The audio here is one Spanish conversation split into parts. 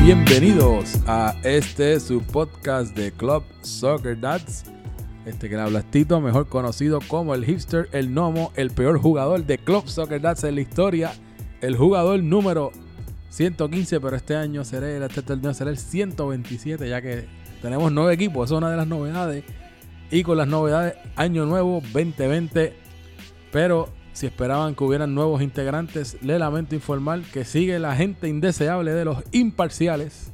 bienvenidos a este su podcast de Club Soccer Dads. Este que le habla es Tito, mejor conocido como el hipster, el gnomo, el peor jugador de Club Soccer Dads en la historia, el jugador número 115, pero este año seré, este torneo será el 127, ya que tenemos nueve equipos, eso es una de las novedades. Y con las novedades, año nuevo 2020, pero si esperaban que hubieran nuevos integrantes, le lamento informar que sigue la gente indeseable de los imparciales.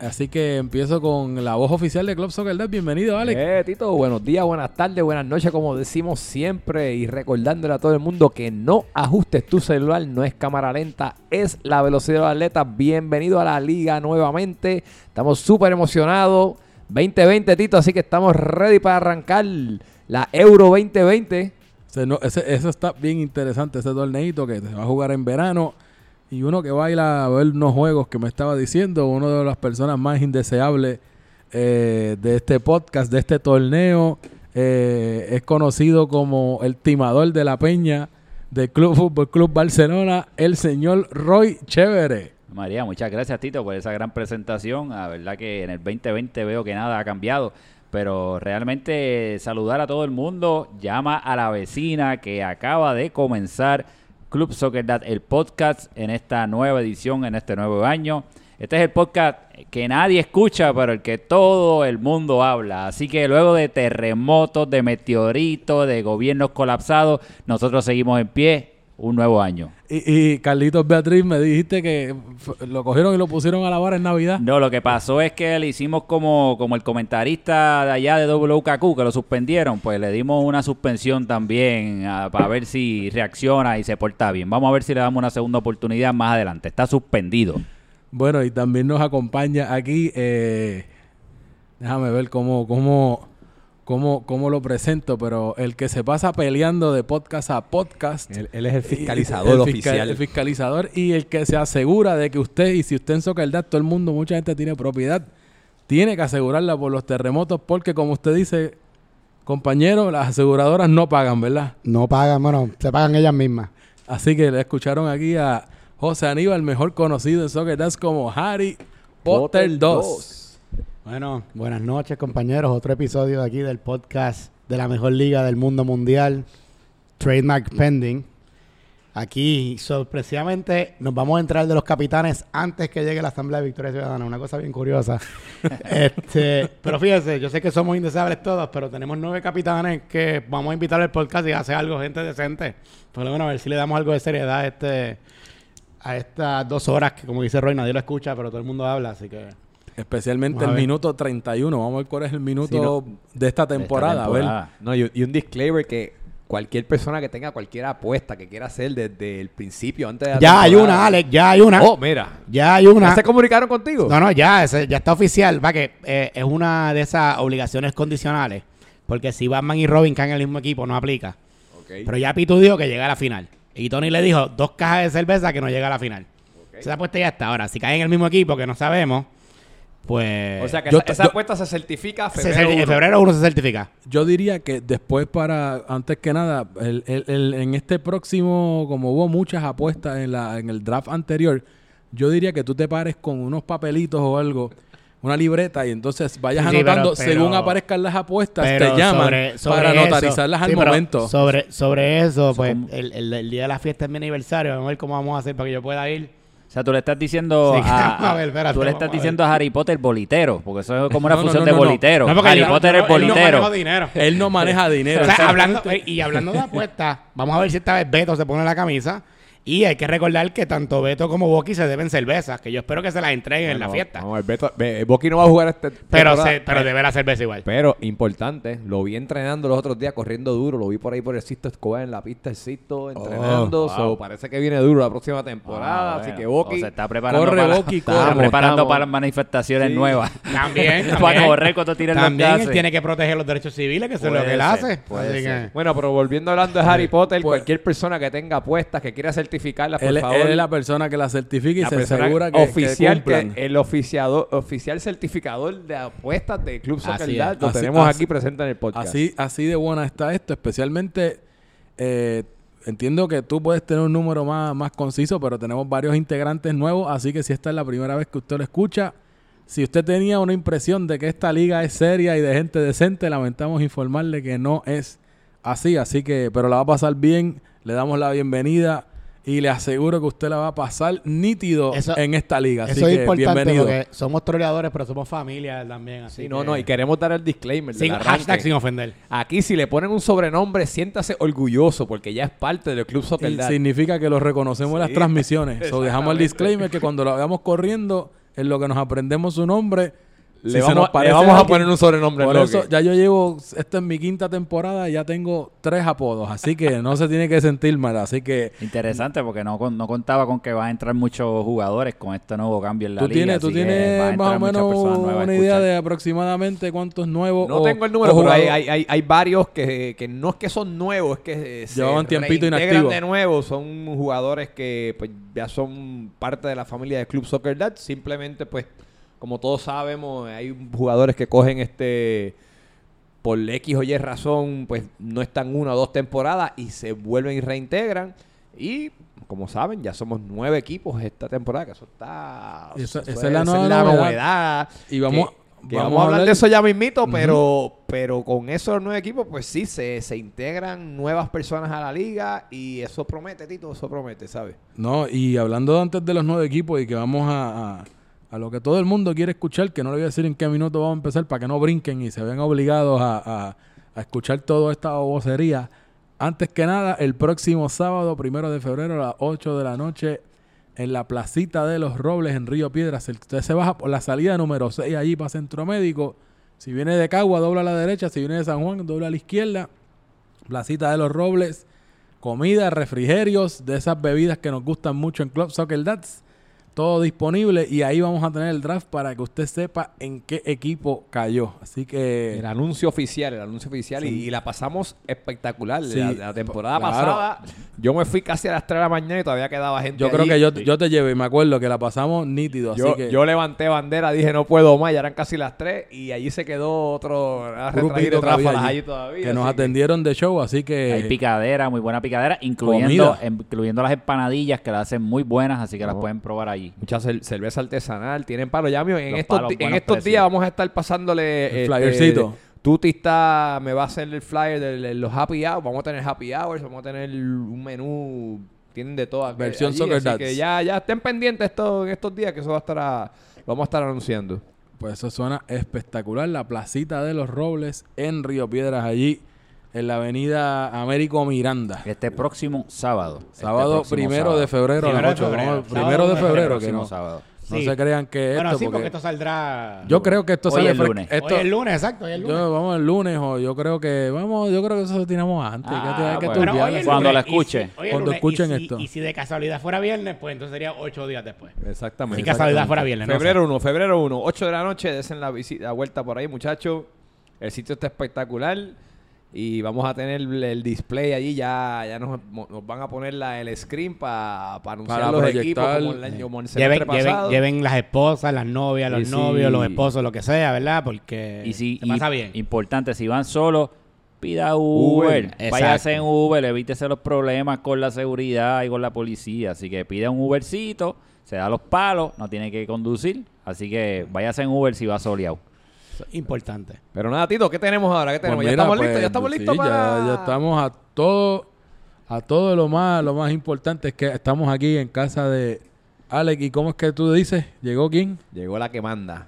Así que empiezo con la voz oficial de Club Soccer Dad. Bienvenido, Alex. Eh, Tito, buenos días, buenas tardes, buenas noches, como decimos siempre, y recordándole a todo el mundo que no ajustes tu celular, no es cámara lenta, es la velocidad del atleta. Bienvenido a la liga nuevamente. Estamos súper emocionados. 2020, Tito, así que estamos ready para arrancar la Euro 2020. Ese no- ese- eso está bien interesante, ese torneito que se va a jugar en verano. Y uno que va a ir a ver unos juegos que me estaba diciendo, uno de las personas más indeseables eh, de este podcast, de este torneo, eh, es conocido como el timador de la peña del Club Fútbol Club Barcelona, el señor Roy Chévere. María, muchas gracias Tito por esa gran presentación. La verdad que en el 2020 veo que nada ha cambiado, pero realmente saludar a todo el mundo, llama a la vecina que acaba de comenzar Club Soccer Dad, el podcast en esta nueva edición, en este nuevo año. Este es el podcast que nadie escucha, pero el que todo el mundo habla. Así que luego de terremotos, de meteoritos, de gobiernos colapsados, nosotros seguimos en pie un nuevo año. Y, y Carlitos Beatriz, me dijiste que f- lo cogieron y lo pusieron a la vara en Navidad. No, lo que pasó es que le hicimos como, como el comentarista de allá de WKQ, que lo suspendieron, pues le dimos una suspensión también ah, para ver si reacciona y se porta bien. Vamos a ver si le damos una segunda oportunidad más adelante. Está suspendido. Bueno, y también nos acompaña aquí. eh, déjame ver cómo, cómo, cómo, cómo lo presento, pero el que se pasa peleando de podcast a podcast. Él, él es Eh, el fiscalizador el fisca- oficial. el fiscalizador y el que se asegura de que usted, y si usted en Socerdad, todo el mundo, mucha gente tiene propiedad, tiene que asegurarla por los terremotos, porque como usted dice, compañero, las aseguradoras no pagan, ¿verdad? No pagan, bueno, se pagan ellas mismas. Así que le escucharon aquí a José Aníbal, mejor conocido en Soccer Dads como Harry Potter, 2. Bueno, buenas noches compañeros, otro episodio de aquí del podcast de la mejor liga del mundo mundial, Trademark Pending. Aquí, sorpresivamente, nos vamos a entrar de los capitanes antes que llegue la Asamblea de Victoria Ciudadana, una cosa bien curiosa. este, pero fíjense, yo sé que somos indeseables todos, pero tenemos nueve capitanes que vamos a invitar al podcast y hacer algo, gente decente. Por lo menos a ver si le damos algo de seriedad a, este, a estas dos horas que, como dice Roy, nadie lo escucha, pero todo el mundo habla, así que... Especialmente Vamos a el ver. minuto 31. Vamos a ver cuál es el minuto Si no- de esta temporada. a ver. temporada. No, y, y un disclaimer que cualquier persona que tenga cualquier apuesta que quiera hacer desde el principio, antes de la Ya hay temporada- una, Alex, ya hay una. Oh, mira. Ya hay una. ¿Ya se comunicaron contigo? No, no, ya, ese- ya está oficial. Va que eh, es una de esas obligaciones condicionales. Porque si Batman y Robin caen en el mismo equipo, no aplica. Ok, Pero ya Pitu dijo que llega a la final. Y Tony le dijo dos cajas de cerveza que no llega a la final. Esa apuesta ya está. Ahora, si caen en el mismo equipo, que no sabemos, pues. O sea que Yo- esa, esa yo- apuesta se certifica se febrero. cer- uno. en febrero uno se certifica. Yo diría que después para, antes que nada, el- el- el- en este próximo, como hubo muchas apuestas en, la, en el draft anterior, yo diría que tú te pares con unos papelitos o algo, una libreta, y entonces vayas Sí, sí, pero- anotando, pero- según aparezcan las apuestas, Pero te llaman sobre- sobre para eso- notarizarlas sí, al pero momento. Sobre, sobre eso, pues, como- el, el- el día de la fiesta es mi aniversario. Vamos a ver cómo vamos a hacer para que yo pueda ir. O sea, tú le estás diciendo Sí, a, vamos a ver, espérate, tú le vamos a estás ver. diciendo a Harry Potter bolitero, porque eso es como una No, no, función no, de no, no. bolitero. No, porque Harry yo- Potter yo- es yo no bolitero. manejo dinero. Él no maneja dinero. O sea, o sea, hablando, eh, y hablando de apuestas, vamos a ver si esta vez Beto se pone la camisa. Y hay que recordar que tanto Beto como Boqui se deben cervezas, que yo espero que se las entreguen en la Bueno, fiesta. Vamos a ver, Beto- Be- Boqui no va a jugar este pero eh, temporada. se, pero debe la cerveza igual. Pero, importante, lo vi entrenando los otros días, corriendo duro. Lo vi por ahí por el Sisto Escobar en la pista del Oh, Sisto, entrenando. so, parece que viene duro la próxima temporada. Ah, así bueno. que Boqui... O se está preparando corre, para, Boqui, se está corre. preparando Estamos, para estamos. manifestaciones Sí. nuevas. También, Para también. correr cuando tiren los También él gases. tiene que proteger los derechos civiles, que eso es lo Puede que él ser, hace. puede Así ser. que, Bueno, pero volviendo hablando de Harry Potter, pues- cualquier persona que tenga apuestas, que quiera certificarlas, por él, favor. él es la persona que la certifica y la se persona asegura que, que oficial, que cumplan. el oficiado- oficial certificador de apuestas de Club Soccer Así Dad, es. lo Así- tenemos así- aquí presente en el podcast. Así, así de buena está esto, especialmente eh, entiendo que tú puedes tener un número más, más conciso, pero tenemos varios integrantes nuevos, así que si esta es la primera vez que usted lo escucha, si usted tenía una impresión de que esta liga es seria y de gente decente, lamentamos informarle que no es así, así que, pero la va a pasar bien, le damos la bienvenida y le aseguro que usted la va a pasar nítido Eso- en esta liga, así Eso es que importante bienvenido. porque somos troleadores, pero somos familia también. Así Sí, no, que- no, y queremos dar el disclaimer. del Sin arranque. hashtag sin ofender. Aquí, si le ponen un sobrenombre, siéntase orgulloso porque ya es parte del Club Soccer Y Dad. significa que lo reconocemos en las Sí, transmisiones. So, dejamos el exactamente. disclaimer que cuando lo veamos corriendo, en lo que nos aprendemos su nombre, Le si se vamos, nos le parece vamos a alguien- poner un sobrenombre. Por al eso, bloque. ya yo llevo, esta es mi quinta temporada y ya tengo tres apodos, así que no se tiene que sentir mal, así que Interesante porque no, con- no contaba con que van a entrar muchos jugadores con este nuevo cambio en la tú liga. tienes, así tú que van a tienes más entrar o muchas menos personas nuevas a una idea escuchar. de aproximadamente cuántos nuevos No o- tengo el número, o pero hay, jugadores. hay, hay, hay varios que, que no es que son nuevos, es que eh, se Llevaban tiempito reintegran inactivo. de nuevo. Son jugadores que pues, ya son parte de la familia del Club Soccer Dad. Simplemente, pues, como todos sabemos, hay jugadores que cogen este por X o Y razón, pues no están una o dos temporadas y se vuelven y reintegran. Y como saben, ya somos nueve equipos esta temporada, que eso está... Esa- eso esa es la nueva novedad. novedad. Y vamos- que- que vamos vamos a a hablar hablar- de eso ya mismito, pero, pero con esos nueve equipos, pues sí, se, se integran nuevas personas a la liga y eso promete, Tito, eso promete, ¿sabes? No, y hablando antes de los nueve equipos y que vamos a, a- a lo que todo el mundo quiere escuchar, que no le voy a decir en qué minuto vamos a empezar para que no brinquen y se vean obligados a, a- a escuchar toda esta vocería. Antes que nada, el próximo sábado, primero de febrero, a las 8 de la noche, en la placita de los Robles, en Río Piedras. El- Usted se baja por la salida número 6 allí para Centro Médico. Si viene de Cagua, dobla a la derecha. Si viene de San Juan, dobla a la izquierda. Placita de los Robles comida, refrigerios, de esas bebidas que nos gustan mucho en Club Soccer Dats. Todo disponible y ahí vamos a tener el draft para que usted sepa en qué equipo cayó. Así que El anuncio oficial, el anuncio oficial. Y, y la pasamos espectacular. Sí, la, la temporada claro. pasada, yo me fui casi a las 3 de la mañana y todavía quedaba gente yo creo allí. que yo, yo te llevé, me acuerdo que la pasamos nítido. Yo, así que yo levanté bandera, dije no puedo más, ya eran casi las 3 y allí se quedó otro era grupito retragir de que había tráfalas allí, allí todavía. que nos así que- atendieron de show, así Hay que picadera, muy buena picadera, incluyendo, Comida. Oh. incluyendo las empanadillas que las hacen muy buenas, así que las No. pueden probar allí. Mucha cel- cerveza artesanal, tienen palo. Ya, mío, en Los estos, palos, di- en buenos estos precios. días vamos a estar pasándole. este, El flyercito. Tuti está, me va a hacer el flyer de de los happy hours. Vamos a tener happy hours, vamos a tener un menú. Tienen de todas. Versión Soccer Así Dads. que ya, ya estén pendientes esto, en estos días que eso va a estar a- lo vamos a estar anunciando. pues eso suena espectacular. La placita de los Robles en Río Piedras, allí en la avenida Américo Miranda. Este próximo sábado. este Sábado próximo primero sábado. de febrero a Primero las de 8. febrero. Vamos, Sábado Primero de primero. febrero, Este que próximo no, sábado. no Sí. se crean que Bueno, esto. sí, porque... porque- esto saldrá. Yo creo que esto Hoy sale es fre- lunes. Esto, Hoy es lunes, exacto. Hoy es lunes. yo, vamos el lunes o yo creo que vamos, yo creo que eso lo tiramos antes. Ah, que te- que bueno. tú Pero ya hoy le- es Cuando la escuche. Cuando escuchen esto. Y si de casualidad fuera viernes, pues entonces sería ocho días después. Si Exactamente. casualidad fuera viernes. no sé. Febrero 1, febrero 1, 8 de la noche, desen la, visi- la vuelta por ahí, muchachos. El sitio está espectacular y vamos a tener el, el display allí. Ya, ya nos, mo- nos van a poner la, el screen pa- para anunciar Para los proyectar. equipos como el año como el Lleven, semestre lleven, pasado. lleven las esposas, las novias, los Y novios, sí. los esposos, lo que sea, ¿verdad? Porque Y si, se y- pasa bien. importante, si van solos, pida Uber. Uber, Váyase en Uber, evítese los problemas con la seguridad y con la policía. Así que pida un Ubercito, se da los palos, no tiene que conducir. Así que váyase en Uber si va soleado. Importante. Pero nada, Tito, ¿qué tenemos ahora? ¿Qué Pues tenemos? mira, ¿Ya estamos pues, listos? ¿Ya estamos sí, listos ya- para...? Ya, estamos a todo, a todo lo más, lo más importante es que estamos aquí en casa de Alex. ¿Y cómo es que tú dices? ¿Llegó quién? Llegó la que manda.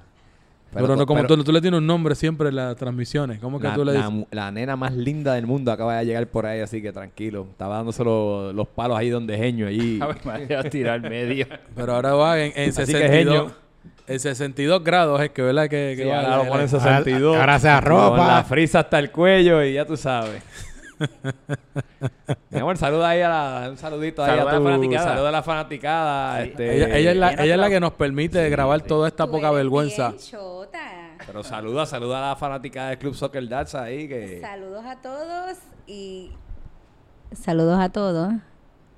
Pero, no, to- como pero tú, tú le tienes un nombre siempre en las transmisiones. ¿Cómo es que la, tú le la dices? mu- la nena más linda del mundo acaba de llegar por ahí, así que tranquilo. Estaba dándose los- los palos ahí donde genio, allí. A ver, me voy a tirar medio. Pero ahora va en, en Así que 62. genio. En 62 grados es que, ¿verdad? Que, que Sí, va ahora la- lo la- ponen Ahora- 62. ahora se arropa. Con la frisa hasta el cuello y ya tú sabes. Mi amor, saluda ahí a la, un saludito ahí Saluda a a la tu, fanaticada. Saluda a la fanaticada. Sí. este, ella, ella es la, Mira ella es la que la- que nos permite grabar toda esta Tú poca eres vergüenza. bien chota. Pero saluda, saluda a la fanaticada del Club Soccer Dats ahí que... Saludos a todos y saludos a todos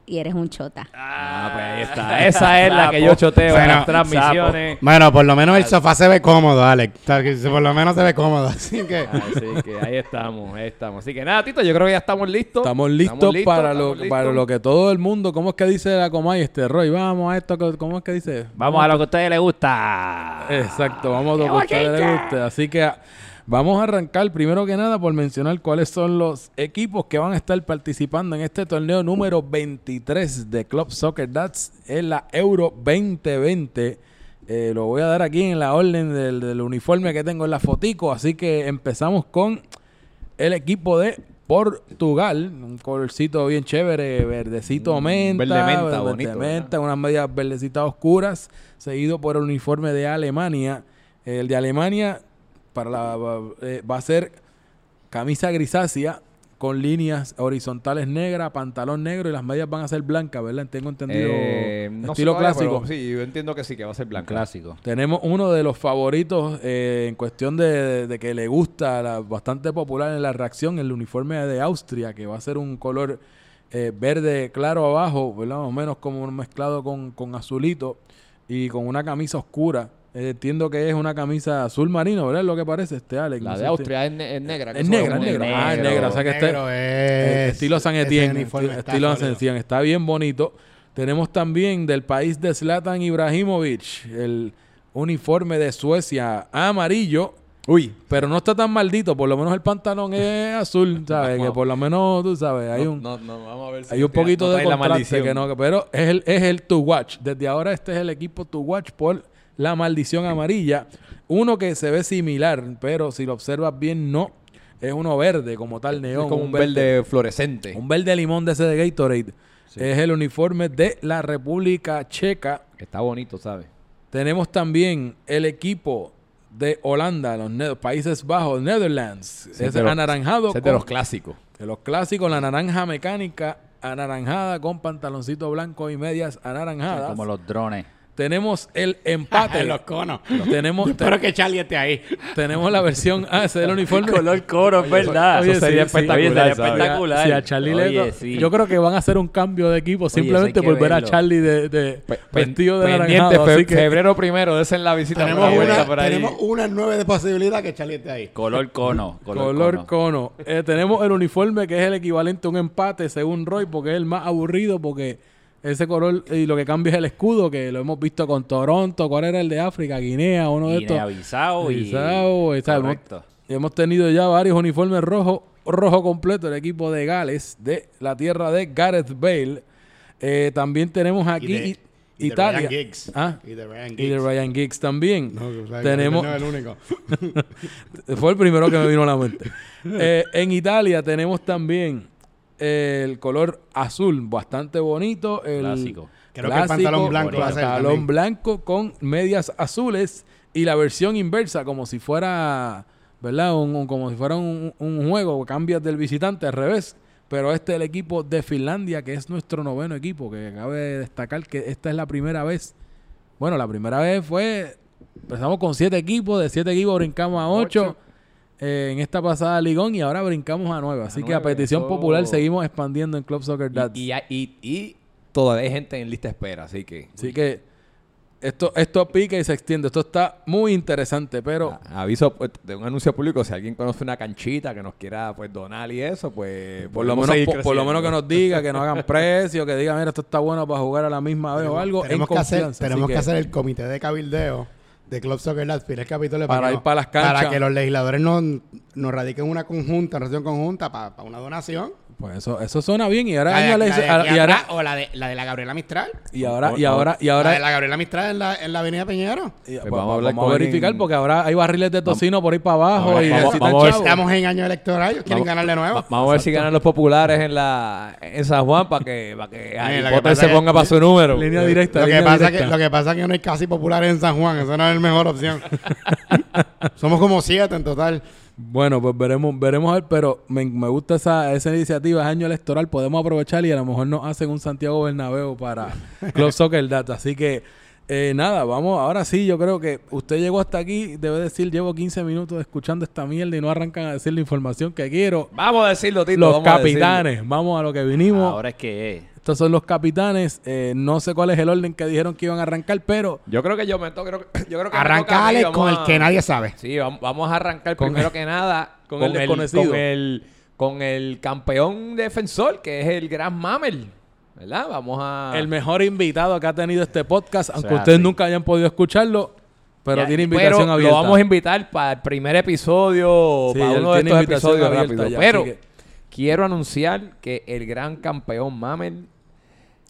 y eres un chota. Ah, pues ahí está. Esa es la que yo choteo en Bueno, las transmisiones. Bueno, por lo menos el sofá se ve cómodo, Alex. O sea, que Por lo menos se ve cómodo. Así que. Así que ahí estamos, ahí estamos. Así que nada, Tito, yo creo que ya estamos listos. Estamos listos, para, lo, estamos para listos. lo que todo el mundo, ¿cómo es que dice la Comay este Roy? Vamos a esto, que- ¿cómo es que dice? Vamos a lo que a ustedes les gusta. Exacto, vamos a lo que a ustedes les guste. Así que ah, vamos a arrancar primero que nada por mencionar cuáles son los equipos que van a estar participando en este torneo número 23 de Club Soccer Dats en la Euro 2020. Eh, lo voy a dar aquí en la orden del, del uniforme que tengo en la fotico. Así que empezamos con el equipo de Portugal. Un colorcito bien chévere, verdecito Mm, menta. verde menta, verde bonito, menta, unas medias verdecitas oscuras. Seguido por el uniforme de Alemania. El de Alemania para la, va, eh, va a ser camisa grisácea con líneas horizontales negras, pantalón negro y las medias van a ser blancas, ¿verdad? Tengo entendido. Eh, no sé estilo todavía, clásico. pero sí, yo entiendo que sí, que va a ser blanco. Clásico. Tenemos uno de los favoritos eh, en cuestión de, de que le gusta, la- bastante popular en la reacción, el uniforme de Austria, que va a ser un color eh, verde claro abajo, ¿verdad? más o menos como un mezclado con, con azulito y con una camisa oscura. Eh, entiendo que es una camisa azul marino, ¿verdad? Lo que parece este Alex. La no sé de si- Austria es, ne- es negra. que Es eso negra, es como negra. negro. Ah, es negra, o sea que este- Negro eh, es- estilo San ese Etienne, uniforme esti- está estilo San sólido. Etienne, está bien bonito. Tenemos también del país de Zlatan Ibrahimovic, el uniforme de Suecia amarillo, Uy, pero no está tan maldito, por lo menos el pantalón es azul, ¿sabes? que por lo menos, tú sabes, hay no, un, no, no, vamos a ver si hay un te- poquito no de trae la contraste, maldición. que no, que- pero es el, es el to watch. Desde ahora este es el equipo to watch por la maldición amarilla. Uno que se ve similar, pero si lo observas bien, no. Es uno verde, como tal, Es neón. como un verde fluorescente. Un verde limón de ese de Gatorade. Es el uniforme de la República Checa. Que está bonito, ¿sabes? Tenemos también el equipo de Holanda, los Ne- Países Bajos, Netherlands. Ese es es de los- anaranjado. Ese es de con- los clásicos. de los clásicos, la naranja mecánica anaranjada con pantaloncito blanco y medias anaranjadas. Como los drones. Tenemos el empate. Ah, En los conos. tenemos, Yo espero que Charlie esté ahí. tenemos la versión ah, AC del uniforme. Color coro, es verdad. Oye, sí, sí, Oye, sería espectacular. pues, Si a Charlie le- Oye, sí. Yo creo que van a hacer un cambio de equipo simplemente eso hay por que ver a verlo. Charlie de, de Pe- vestido de pen- naranjado. fe- Así que febrero primero, desen la visita. por Tenemos ahí, una, por ahí. tenemos una nueve de posibilidad que Charlie esté ahí. Color cono. Color, color cono. cono. Eh, tenemos el uniforme que es el equivalente a un empate según Roy porque es el más aburrido porque ese color y lo que cambia es el escudo que lo hemos visto con Toronto. ¿Cuál era el de África? Guinea, uno de Guinea estos. Bissau y. Guinea-Bissau, está, hemos- Correcto. Hemos tenido ya varios uniformes rojos, rojo completo, el equipo de Gales, de la tierra de Gareth Bale. Eh, también tenemos aquí de- I- y de Italia. Ryan Giggs. Ah, Y de Ryan y de Giggs. Ryan Giggs también. No, o sea, que tenemos, no es el único. fue el primero que me vino a la mente. Eh, en Italia tenemos también el color azul, bastante bonito. El Clásico. Creo que el pantalón blanco va a ser pantalón también. blanco con medias azules y la versión inversa, como si fuera, ¿verdad? Un- un- como si fuera un, un juego, cambias del visitante al revés. Pero este es el equipo de Finlandia, que es nuestro noveno equipo, que cabe destacar que esta es la primera vez. Bueno, la primera vez fue, empezamos con siete equipos, de siete equipos brincamos a ocho, Ocho. eh, en esta pasada ligón y ahora brincamos a nueve. Así que a nueve, petición eso- popular seguimos expandiendo en Club Soccer Dads. Y, y, y- y todavía hay gente en lista de espera, así que. Así que esto, esto pica y se extiende. Esto está muy interesante, Ah, pero a- Aviso pues, de un anuncio público, si alguien conoce una canchita que nos quiera pues donar y eso, pues por, lo podemos menos, seguir por, por lo creciendo. menos que nos diga, que no hagan precio, que diga, mira, esto está bueno para jugar a la misma vez o algo. tenemos en que hacer, confianza. Así tenemos que hacer el comité de cabildeo de Club Soccer Lads, el capítulo Para ir para las canchas. Para que los legisladores nos nos radiquen una conjunta, una acción conjunta para una donación. Pues eso, eso suena bien. Y ahora La de- añale- la de a- aquí y ahora, atrás o la de, la de la Gabriela Mistral. y ahora, y ahora, y ahora. la de la Gabriela Mistral en la, en la Avenida Peñero. y- Pues vamos, vamos a hablar vamos a con verificar alguien- porque ahora hay barriles de tocino por ahí para abajo Vamos- y vamos- necesitan vamos a ver chavos. Estamos en año electoral, ellos quieren ganar de nuevo. Va- Vamos a ver si ganan los populares en la en San Juan para que, para que Harry lo que Potter pasa se es- ponga para su número. Línea directa. eh, Lo que, línea pasa que, directa. lo que pasa es que no hay casi populares en San Juan, esa no es la mejor opción. Somos como siete en total. Bueno, pues veremos, veremos a ver, pero me, me gusta esa, esa iniciativa, es año electoral, podemos aprovechar y a lo mejor nos hacen un Santiago Bernabéu para Club Soccer Data. Así que eh, nada, vamos, ahora sí, yo creo que usted llegó hasta aquí, debe decir, llevo 15 minutos escuchando esta mierda y no arrancan a decir la información que quiero. Vamos a decirlo, Tito. Los vamos a decirlo. capitanes, vamos a lo que vinimos. Ahora es que es. Estos son los capitanes. Eh, no sé cuál es el orden que dijeron que iban a arrancar, pero Yo creo que yo me toco. Yo creo que me toca a mí, Arrancale vamos con a- el que nadie sabe. Sí, vam- vamos a arrancar Con primero el- que nada con, con el, el con, desconocido. el con el campeón defensor, que es el Gran Mamel. ¿Verdad? Vamos a. el mejor invitado que ha tenido este podcast, aunque sea, ustedes sí. nunca hayan podido escucharlo, pero Ya, tiene invitación pero abierta. Lo vamos a invitar para el primer episodio, o Sí, para él uno de tiene estos invitación episodios abierta abiertos. ya, pero así que- quiero anunciar que el gran campeón Mamel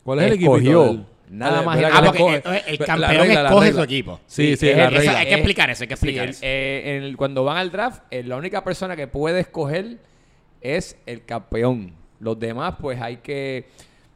¿Cuál es el equipo? escogió nada más y nada- Ah, que porque el, el campeón escoge su equipo. Sí, sí, es la el- Esa- regla. hay que Es- explicar eso, hay que Sí, explicar el- eso. eh, el- cuando van al draft, eh, la única persona que puede escoger es el campeón. Los demás, pues hay que.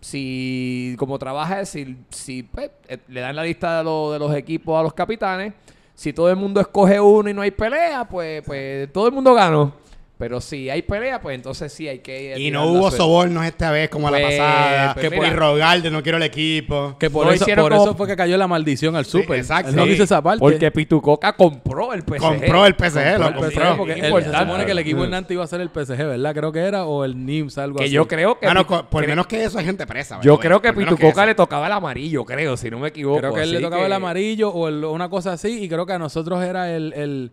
Si, como trabaja, si, si pues, eh, le dan la lista de, lo- de los equipos a los capitanes, si todo el mundo escoge uno y no hay pelea, pues, pues todo el mundo gana. Pero si hay pelea, pues entonces sí hay que. Y tirar no la hubo suerte. sobornos esta vez como la Pues, pasada. pues que mira. por rogarle, no quiero el equipo. Que por, No eso, hicieron por como- eso fue que cayó la maldición al Sí, Super. exacto. Él no Sí. quiso esa parte. Porque Pitucoca compró el PSG. Compró el PSG, lo el PSG, compró. porque él- se Importante. supone que el equipo Nantes iba a ser el PSG, ¿verdad? Creo que era, o el NIMS, algo Que así. yo creo que. Mano, Pitu- Ah, co- por cre- menos que eso hay gente presa. by Yo the way. creo que Por menos Pitucoca eso. le tocaba el amarillo, creo, si no me equivoco. Creo que él le Así tocaba el que- amarillo o el- una cosa así. Y creo que a nosotros era el. el-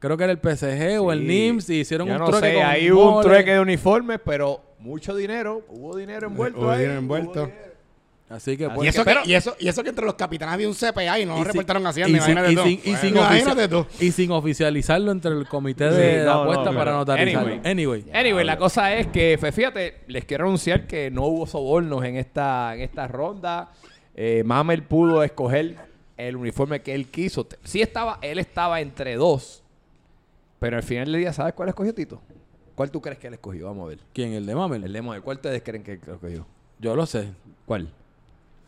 creo que era el PSG o el Sí. NIMS. Y hicieron Ya un no trueque. sé, con ahí hubo un goles. trueque de uniformes, pero mucho dinero, hubo dinero envuelto Hubo ahí, dinero envuelto. dinero. Así que, Y pues, eso, pero- que, y, eso, y eso que entre los capitanes había un CPA y no y sin- reportaron y hacienda. sin- Imagínate y tú. sin- y sin Imagínate oficia- tú. y sin oficializarlo entre el comité Sí, de no, no, apuesta pero- para notarizarlo. anyway. Anyway. Anyway, la cosa es que, fe- fíjate, les quiero anunciar que no hubo sobornos en esta, en esta ronda. Eh, Mamel pudo escoger el uniforme que él quiso. Te- Sí estaba, él estaba entre dos, pero al final del día, ¿sabes cuál escogió Tito? ¿Cuál tú crees que él escogió? Vamos a ver. ¿Quién? ¿El de El Mamel? de Mamel, ¿cuál ustedes creen que que escogió? Yo lo sé. ¿Cuál?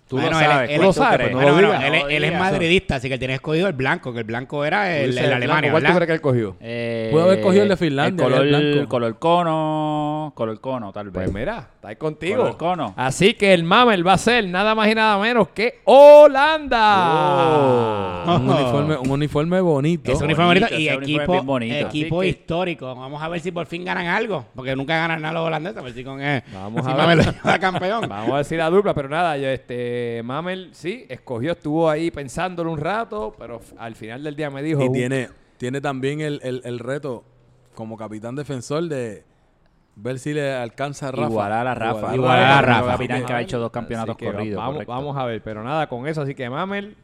Tú Bueno, lo él- sabes. él- ¿cuál lo tú sabe, crees? pero Bueno, lo bueno, digas, él, es- no él es digas. madridista, así que él tenía escogido el blanco, que el blanco era el, Dice el Pues blanco, Alemania, ¿Cuál tú ¿verdad? crees que él cogió? Eh, Pudo haber cogido el de Finlandia, el el color, blanco. color cono, color cono, tal vez. Pues mira, está ahí contigo. Con el cono. Así que el Mamel va a ser nada más y nada menos que Holanda. Oh. Un, uniforme, un uniforme bonito. Es un uniforme bonito Bonito, y ese uniforme equipo, bien bonito. equipo Así que- histórico. Vamos a ver si por fin ganan algo, porque nunca ganan nada los holandeses, a ver si con él. Vamos si a Mamel ver. lo lleva campeón. Vamos a decir la dupla, pero nada, yo, este Mamel sí escogió, estuvo ahí pensándolo un rato, pero f- al final del día me dijo. "Uh, Y un- tiene, tiene también el, el- el reto como capitán defensor de ver si le alcanza a Rafa. Igualar a Rafa. Igualar Igualar a El único Rafa. Capitán que ha hecho dos Así campeonatos que va- corridos. Vamos, correcto. vamos a ver, pero nada, con eso, así que Mamel,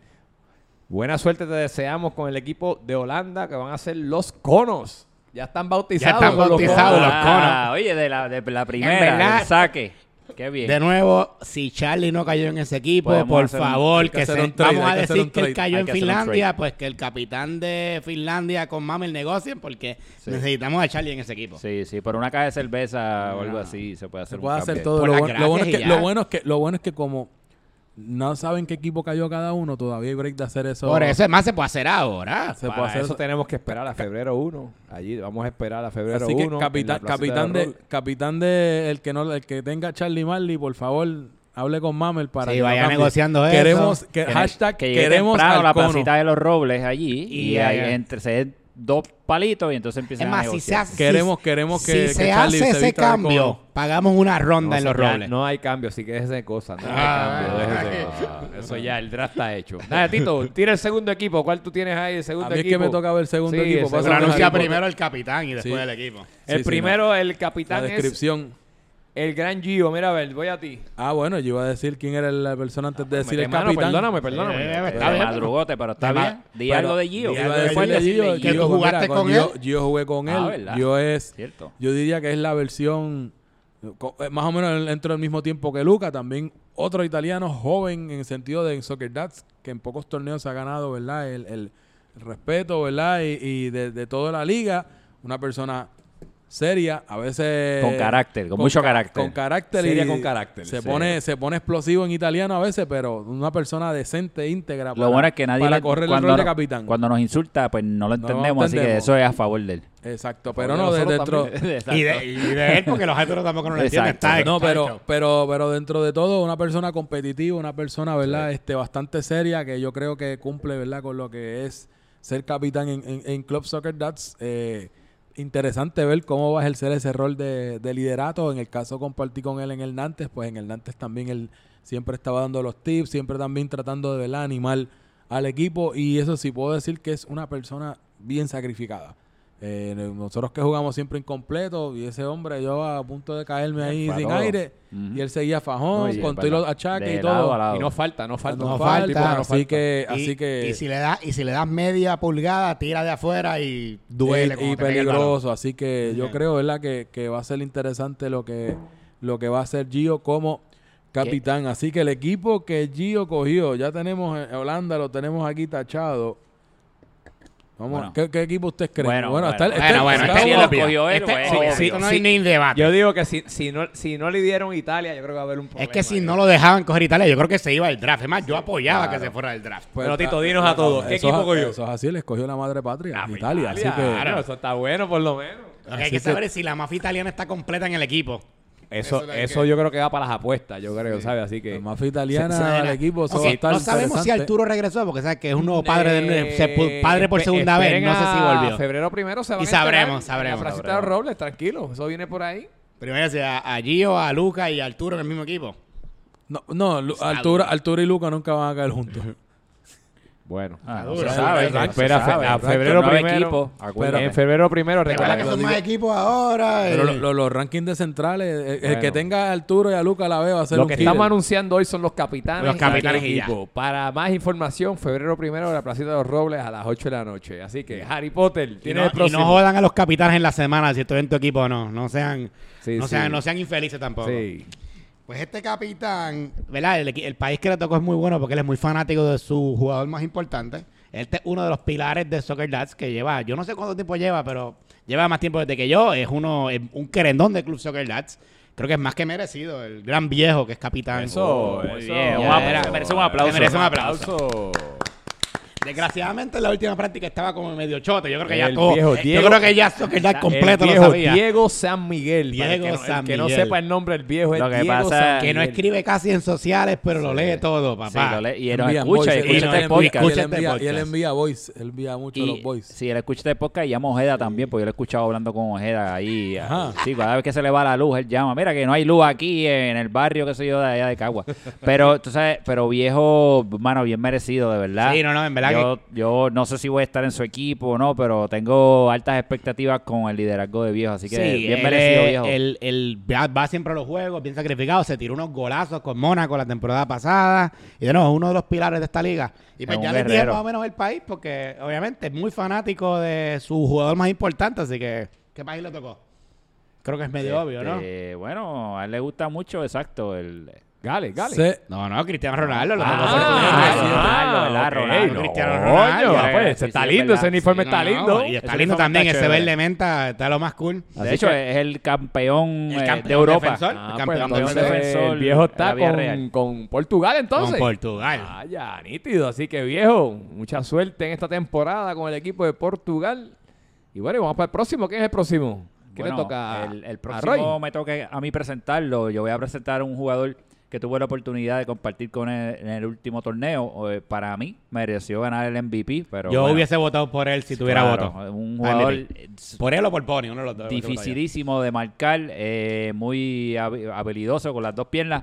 buena suerte te deseamos con el equipo de Holanda que van a ser los conos. Ya están bautizados. están con los conos. bautizados los Ah, Oye, de la, de la primera, verdad- el saque. Qué bien. De nuevo, si Charlie no cayó en ese equipo, Podemos por hacer un- favor, hay que que, hacer se- un trade, vamos a hay que hacer decir un que él trade, cayó hay en que hacer un Finlandia, trade. pues que el capitán de Finlandia con Mamel negocien, porque necesitamos a Charlie en ese equipo. Sí, sí, por una caja de cerveza o algo así se puede Ah, Se hacer. un puede hacer cambio. todo. Por Lo, las bueno- lo bueno es gracias que, y ya. lo, bueno es que, lo bueno es que como no saben qué equipo cayó cada uno, todavía hay break de hacer eso. Por eso es más se puede hacer ahora. Se Para puede hacer eso eso. tenemos que esperar a febrero 1. Allí vamos a esperar a febrero Así que 1. capitán, capitán de, capitán de el que no, el que tenga Charlie Marley, por favor, hable con Mamel para Sí, que lo vaya cambie. negociando eso. queremos, que- Que- hashtag que llegue queremos temprano a la al cono. placita de los robles allí y, Y, eh, ahí entre se den dos palitos y entonces empiezan Es a más, si se negociar. hace, Queremos- si- queremos si que- se que Charlie hace se ese vista de cambio, cono. pagamos una ronda en los robles. No hay cambio, así que es de cosas. No hay Ah, cambio, déjese de ah, cosas. Eso ya, el draft está hecho. Nada, Tito, tira el segundo equipo. ¿Cuál tú tienes ahí? El segundo A mí es que equipo. me toca ver el segundo Sí, equipo, el pasa Pero Eso segundo no anuncia es equipo. primero el capitán y después Sí. el equipo. El Sí, sí, primero, el la capitán es descripción. el gran Gio. Mira, a ver, voy a ti. Ah, bueno, yo iba a decir quién era la persona antes de decir Mete el mano, capitán. Perdóname, Eh, perdóname. eh, De está bien. madrugote, pero está Pero- bien. Di Pero algo de Gio. Iba a Algo de decirle Gio. Gio, Que Gio, tú mira, jugaste con él. Gio- Gio jugué con Ah, él. ¿verdad? Gio es, Cierto. yo diría que es la versión, co- eh, más o menos dentro del mismo tiempo que Luca, también otro italiano joven en el sentido de en Soccer Dads, que en pocos torneos ha ganado, ¿verdad? El, el respeto, ¿verdad? Y, y de, de toda la liga, una persona seria, a veces... Con carácter, con mucho ca- carácter. Con carácter. Seria y con carácter, Se sí. pone, se pone explosivo en italiano a veces, pero una persona decente, íntegra. Lo bueno es que nadie Para le- correr el cuando rol de no- capitán. Cuando nos insulta, pues no lo lo entendemos, así que entendemos. eso es a favor de él. Exacto, Por pero favor, no de nosotros dentro. también. Y de, y de él, porque los árbitros tampoco no lo entienden. Exacto. Está, No, está pero, hecho. pero, pero dentro de todo, una persona competitiva, una persona, ¿verdad? Este, bastante seria, que yo creo que cumple, ¿verdad? Con lo que es ser capitán en, en- en Club Soccer Dats. eh, interesante ver cómo va a ejercer ese rol de, de liderato. En el caso compartí con él en el Nantes, pues en el Nantes también él siempre estaba dando los tips, siempre también tratando de ¿verdad? animar al equipo. Y eso sí puedo decir que es una persona bien sacrificada. Eh, nosotros que jugamos siempre incompleto y ese hombre yo a punto de caerme ahí Para sin todo. aire Ujú. y él seguía fajón Oye, con es todos verdad. los achaques De y lado todo. a lado. Y no falta, no falta. No el tipo falta, no así que, Y- así que y si le das y si le das media pulgada tira de afuera y y- duele como y, te pega el balón. peligroso. Así que yo Ujú. creo, ¿verdad? Que, que va a ser interesante lo que, lo que va a hacer Gio como capitán. Así que el equipo que Gio cogió, ya tenemos en Holanda, lo tenemos aquí tachado. Vamos, Bueno. ¿qué, qué equipo ustedes creen? Bueno, bueno. está el- está el- Bueno, bueno, está este el- sí lo es obvio. cogió él, Este- güey, sí, obvio. sí, esto no Sí. hay ni debate. Yo digo que si, si, no, si no le dieron Italia, yo creo que va a haber un problema. es que si ahí. no lo dejaban coger Italia, yo creo que se iba al draft. Es más, yo apoyaba claro. que se fuera del draft. pues, Pero, Tito, ah, dinos a todos, ¿qué eso es- equipo cogió? Eso es así, les cogió la madre patria, Ah, pues, Italia. Así que, Claro, eso está bueno por lo menos. Hay que saber si la mafia italiana está completa en el equipo. Eso, Eso eso, es yo creo que va para las apuestas, yo creo, ¿sabes? Así que. la mafia italiana, Se- se- el equipo, eso Ok, va a estar no sabemos si interesante. Arturo regresó, porque sabes que es un nuevo padre, de- Eh, se pu- padre por Eh, Espe- segunda vez. esperen No sé si a volvió. Febrero primero se va a Y sabremos, sabremos. La frasita de Sabremos. Robles, tranquilo. Eso viene por ahí. Primero si a, a Gio, a Luca y a Arturo en el mismo equipo. No, no Lu- Está Arturo, duro. Arturo y Luca nunca van a caer juntos. Bueno. Ah, no Duro, se sabe, exacto, no se espera, fe- a sabe. Exacto, febrero nueve primero. equipos, acuérdate. En febrero primero, Recuerda recuerda que que- son más equipos ahora. Pero eh. lo- lo- los rankings de centrales, eh, el, Bueno. que tenga a Arturo y a Luca a la vez va a ser Lo un que killer. estamos anunciando hoy son los capitanes. Los y capitanes el y ya. equipo. Para más información, febrero primero, la Placita de los Robles a las 8 de la noche. Así que Harry Potter Y tiene no, el y próximo. no jodan a los capitanes en la semana si estoy en tu equipo o no. No sean, Sí, no sí. sean, no sean infelices tampoco. Sí. Pues este capitán, ¿verdad? El, equi- el país que le tocó es muy bueno porque él es muy fanático de su jugador más importante. Este es uno de los pilares de Soccer Dads que lleva, yo no sé cuánto tiempo lleva, pero lleva más tiempo desde que yo. Es uno, es un querendón del Club Soccer Dads. Creo que es más que merecido el gran viejo que es capitán. Oh, Eso, eh, Muy eso. bien, un Ya apla- era. se merece un aplauso. Se merece un aplauso. Aplauso. Desgraciadamente en la última práctica estaba como medio chote. Yo creo que ya El todo. viejo Diego- yo creo que ya Soccer Dads completo El lo viejo sabía. Diego San Miguel. para el Diego que no, el San que no Miguel. sepa el nombre, el viejo es Lo que Diego pasa- San Que no Miguel. escribe casi en sociales, pero lo lee todo, Sí, papá. lo lee- y él nos Envían escucha, voice, y escucha él este envía- podcast. y él Escucha este envía- Y él podcast. envía voice, él envía mucho los voice. Si él escucha este podcast, llama a Ojeda también, porque yo lo he escuchado hablando con Ojeda ahí. Ajá. Sí, cada vez que se le va la luz, él llama. Mira que no hay luz aquí en el barrio, qué sé yo, de allá de Cagua. Pero, tú sabes, pero viejo, mano, bien merecido, de verdad. Sí, no, no, en verdad yo, yo no sé si voy a estar en su equipo o no, pero tengo altas expectativas con el liderazgo de viejo, así que Sí, bien él merecido, es- viejo. él- él va, va siempre a los juegos, bien sacrificado. Se tiró unos golazos con Mónaco la temporada pasada. Y de nuevo, es uno de los pilares de esta liga. Y Es pues un ya les dije guerrero. más o menos el país, porque obviamente es muy fanático de su jugador más importante. Así que, ¿qué país le tocó? Creo que es medio obvio, ¿no? Este, Bueno, a él le gusta mucho, exacto, el... Gales, Gales. Se- No, no, Cristiano Ronaldo. Lo Ah, tocó ah, Ronaldo. Ronaldo, ok, Ronaldo, eh, no, Cristiano Ronaldo. coño, pues, Sí, sí, está es lindo, verdad. ese uniforme Sí, está no, lindo. Y está Ese lindo uniforme también. está Ese chévere. verde menta está lo más cool. De hecho, es el campeón, eh, de Europa. defensor, Ah, el pues, campeón entonces, defensor. defensor el viejo de la está Vía con, Real. con Portugal entonces. eh, Con Portugal. Vaya, nítido. Así que viejo, mucha suerte en esta temporada con el equipo de Portugal. Y bueno, y vamos para el próximo. ¿Quién es el próximo? ¿Quién Bueno, le toca? El, el a próximo Roy? me toca a mí presentarlo. Yo voy a presentar un jugador que tuve la oportunidad de compartir con él en el último torneo. Eh, Para mí, mereció ganar el MVP, pero... Yo bueno, hubiese votado por él si tuviera claro, voto. Ah, Un jugador MVP. eh, s- Por él o por Pony, uno de los dos. dificilísimo de marcar, eh, muy habi- habilidoso con las dos piernas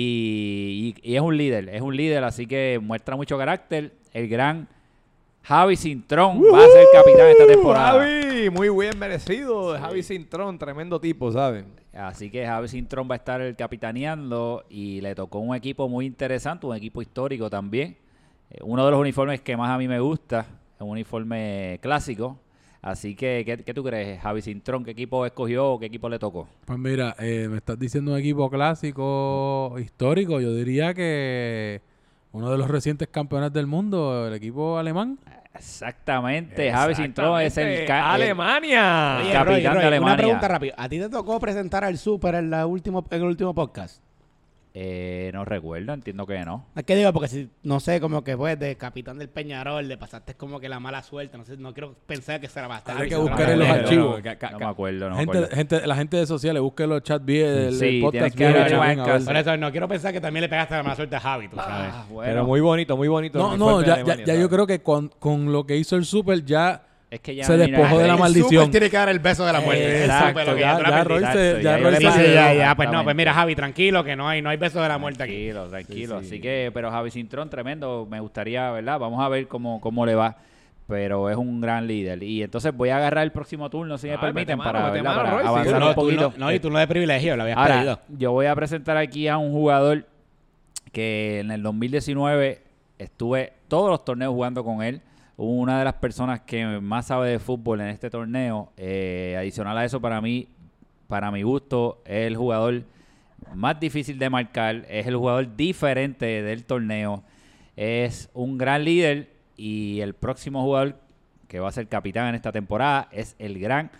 y, y- y es un líder, es un líder, así que muestra mucho carácter. El gran Javi Cintrón va a ser capitán esta temporada. Javi, muy bien merecido. Javi Cintrón, tremendo tipo, ¿saben? Así que Javi Cintrón va a estar el capitaneando y le tocó un equipo muy interesante, un equipo histórico también. Eh, Uno de los uniformes que más a mí me gusta, es un uniforme clásico. Así que, ¿qué, qué tú crees, Javi Cintrón? ¿Qué equipo escogió o qué equipo le tocó? Pues mira, eh, me estás diciendo un equipo clásico histórico. Yo diría que uno de los recientes campeones del mundo, el equipo alemán. Ah, Exactamente, Javi Cintrón es el, Exactamente. ca- el- Ah, Alemania. Oye, Capitán de Alemania. Una pregunta rápida. ¿A ti te tocó presentar al Super en, la último, en el último podcast? Eh, no recuerdo, entiendo que no. Es que digo, porque si, no sé, como que pues de capitán del Peñarol, le pasaste como que la mala suerte. No sé, no quiero pensar que será bastante. Hay que será buscar en bastante. los No, archivos. No, no, no me acuerdo, no me gente, acuerdo. gente- la gente de sociales, busque los chats bien del del Sí, tienes podcast. que viejo, averiguar chequen a en ver. casa. Por eso no quiero pensar que también le pegaste la mala suerte a Javi, tú sabes. Ah, bueno. Pero muy bonito, muy bonito. el No, no, uniforme de ya, ya- Alemania, ya yo ¿sabes? creo que con, con lo que hizo el Super ya es que ya Se me vino despojó la de la ley. mal- maldición. Super tiene que dar el beso de la muerte. Exacto, Eso fue lo que- ya- yo te la ya perdí, Roy se- exacto, ya yo Roy le Sí, ya- sí, pasé, ya, ya. Pues no, pues exactamente. mira, Javi, tranquilo, que no hay, no hay beso de la muerte aquí. Tranquilo, tranquilo. Así que, pero Javi Cintrón, tremendo. Me gustaría, ¿verdad? Vamos a ver cómo, cómo le va. Pero es un gran líder. Y entonces voy a agarrar el próximo turno, si me Ah, permiten, mete mano, para, mete ¿verdad? mano, para Roy, sí. avanzar Tú un no- poquito. no, y tú no de privilegio, lo habías Ahora, perdido. yo voy a presentar aquí a un jugador que en el 2019 estuve todos los torneos jugando con él. Una de las personas que más sabe de fútbol en este torneo. Eh, adicional a eso, para mí, para mi gusto, es el jugador más difícil de marcar. Es el jugador diferente del torneo. Es un gran líder y el próximo jugador que va a ser capitán en esta temporada es el gran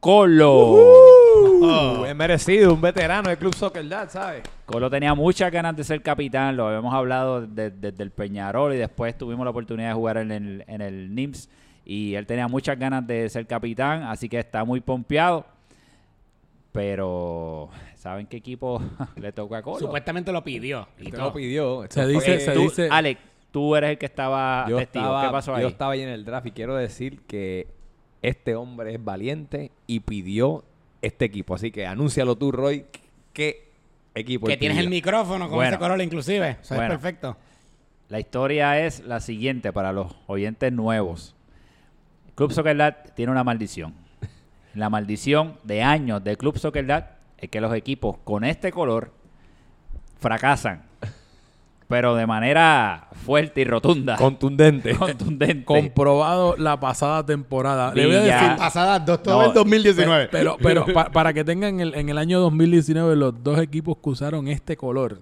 Colo. Uh, es merecido, un veterano del Club Soccer Dad, ¿sabes? Colo tenía muchas ganas de ser capitán, lo habíamos hablado de- desde el Peñarol y después tuvimos la oportunidad de jugar en el, en el NIMS y él tenía muchas ganas de ser capitán, así que está muy pompeado. Pero, ¿saben qué equipo le toca a Colo? Eh, Supuestamente lo pidió. y Te todo. lo pidió. Esto Se fue- dice- se Tú, dice- Alex, tú eres el que estaba yo Ah, testigo. estaba, ¿Qué pasó ahí? Yo estaba ahí en el draft y quiero decir que este hombre es valiente y pidió este equipo. Así que anúncialo tú, Roy, qué equipo. Que él tienes pidió. el micrófono con Bueno. ese Corolla inclusive. Eso Bueno. es perfecto. La historia es la siguiente para los oyentes nuevos. Club Soccer Dad tiene una maldición. La maldición de años de Club Soccer Dad es que los equipos con este color fracasan, pero de manera fuerte y rotunda, Contundente. contundente. Comprobado la pasada temporada. Le voy a Villa. decir Ah. Pasadas dos, No, todo el 2019. Pero, pero pa- para que tengan el- en el año 2019 los dos equipos que usaron este color,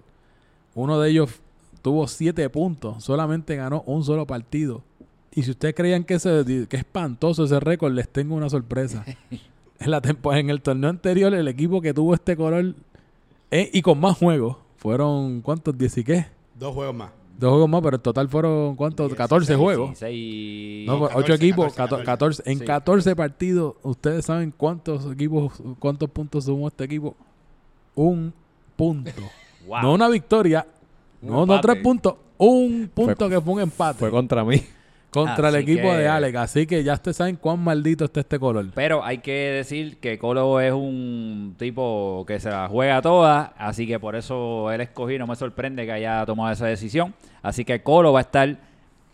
uno de ellos tuvo siete puntos, solamente ganó un solo partido. Y si ustedes creían que, ese- que espantoso ese récord, les tengo una sorpresa. en, la tempo- en el torneo anterior, el equipo que tuvo este color eh, y con más juegos, fueron ¿cuántos? ¿10 y qué? Dos juegos más. Dos juegos más, pero en total fueron ¿cuántos? 14 juegos. 16. No, No, pues, 14, ocho equipos, 14, 14, 14. en 14 partidos, ustedes saben cuántos equipos, cuántos puntos sumó este equipo. Un punto. Wow. No una victoria, Un no, no empate. tres puntos, un punto que fue un empate Fue contra mí. contra el Así equipo que- de Alex. Así que ya ustedes saben cuán maldito está este color. Pero hay que decir que Colo es un tipo que se la juega toda, así que por eso él escogió y no me sorprende que haya tomado esa decisión. Así que Colo va a estar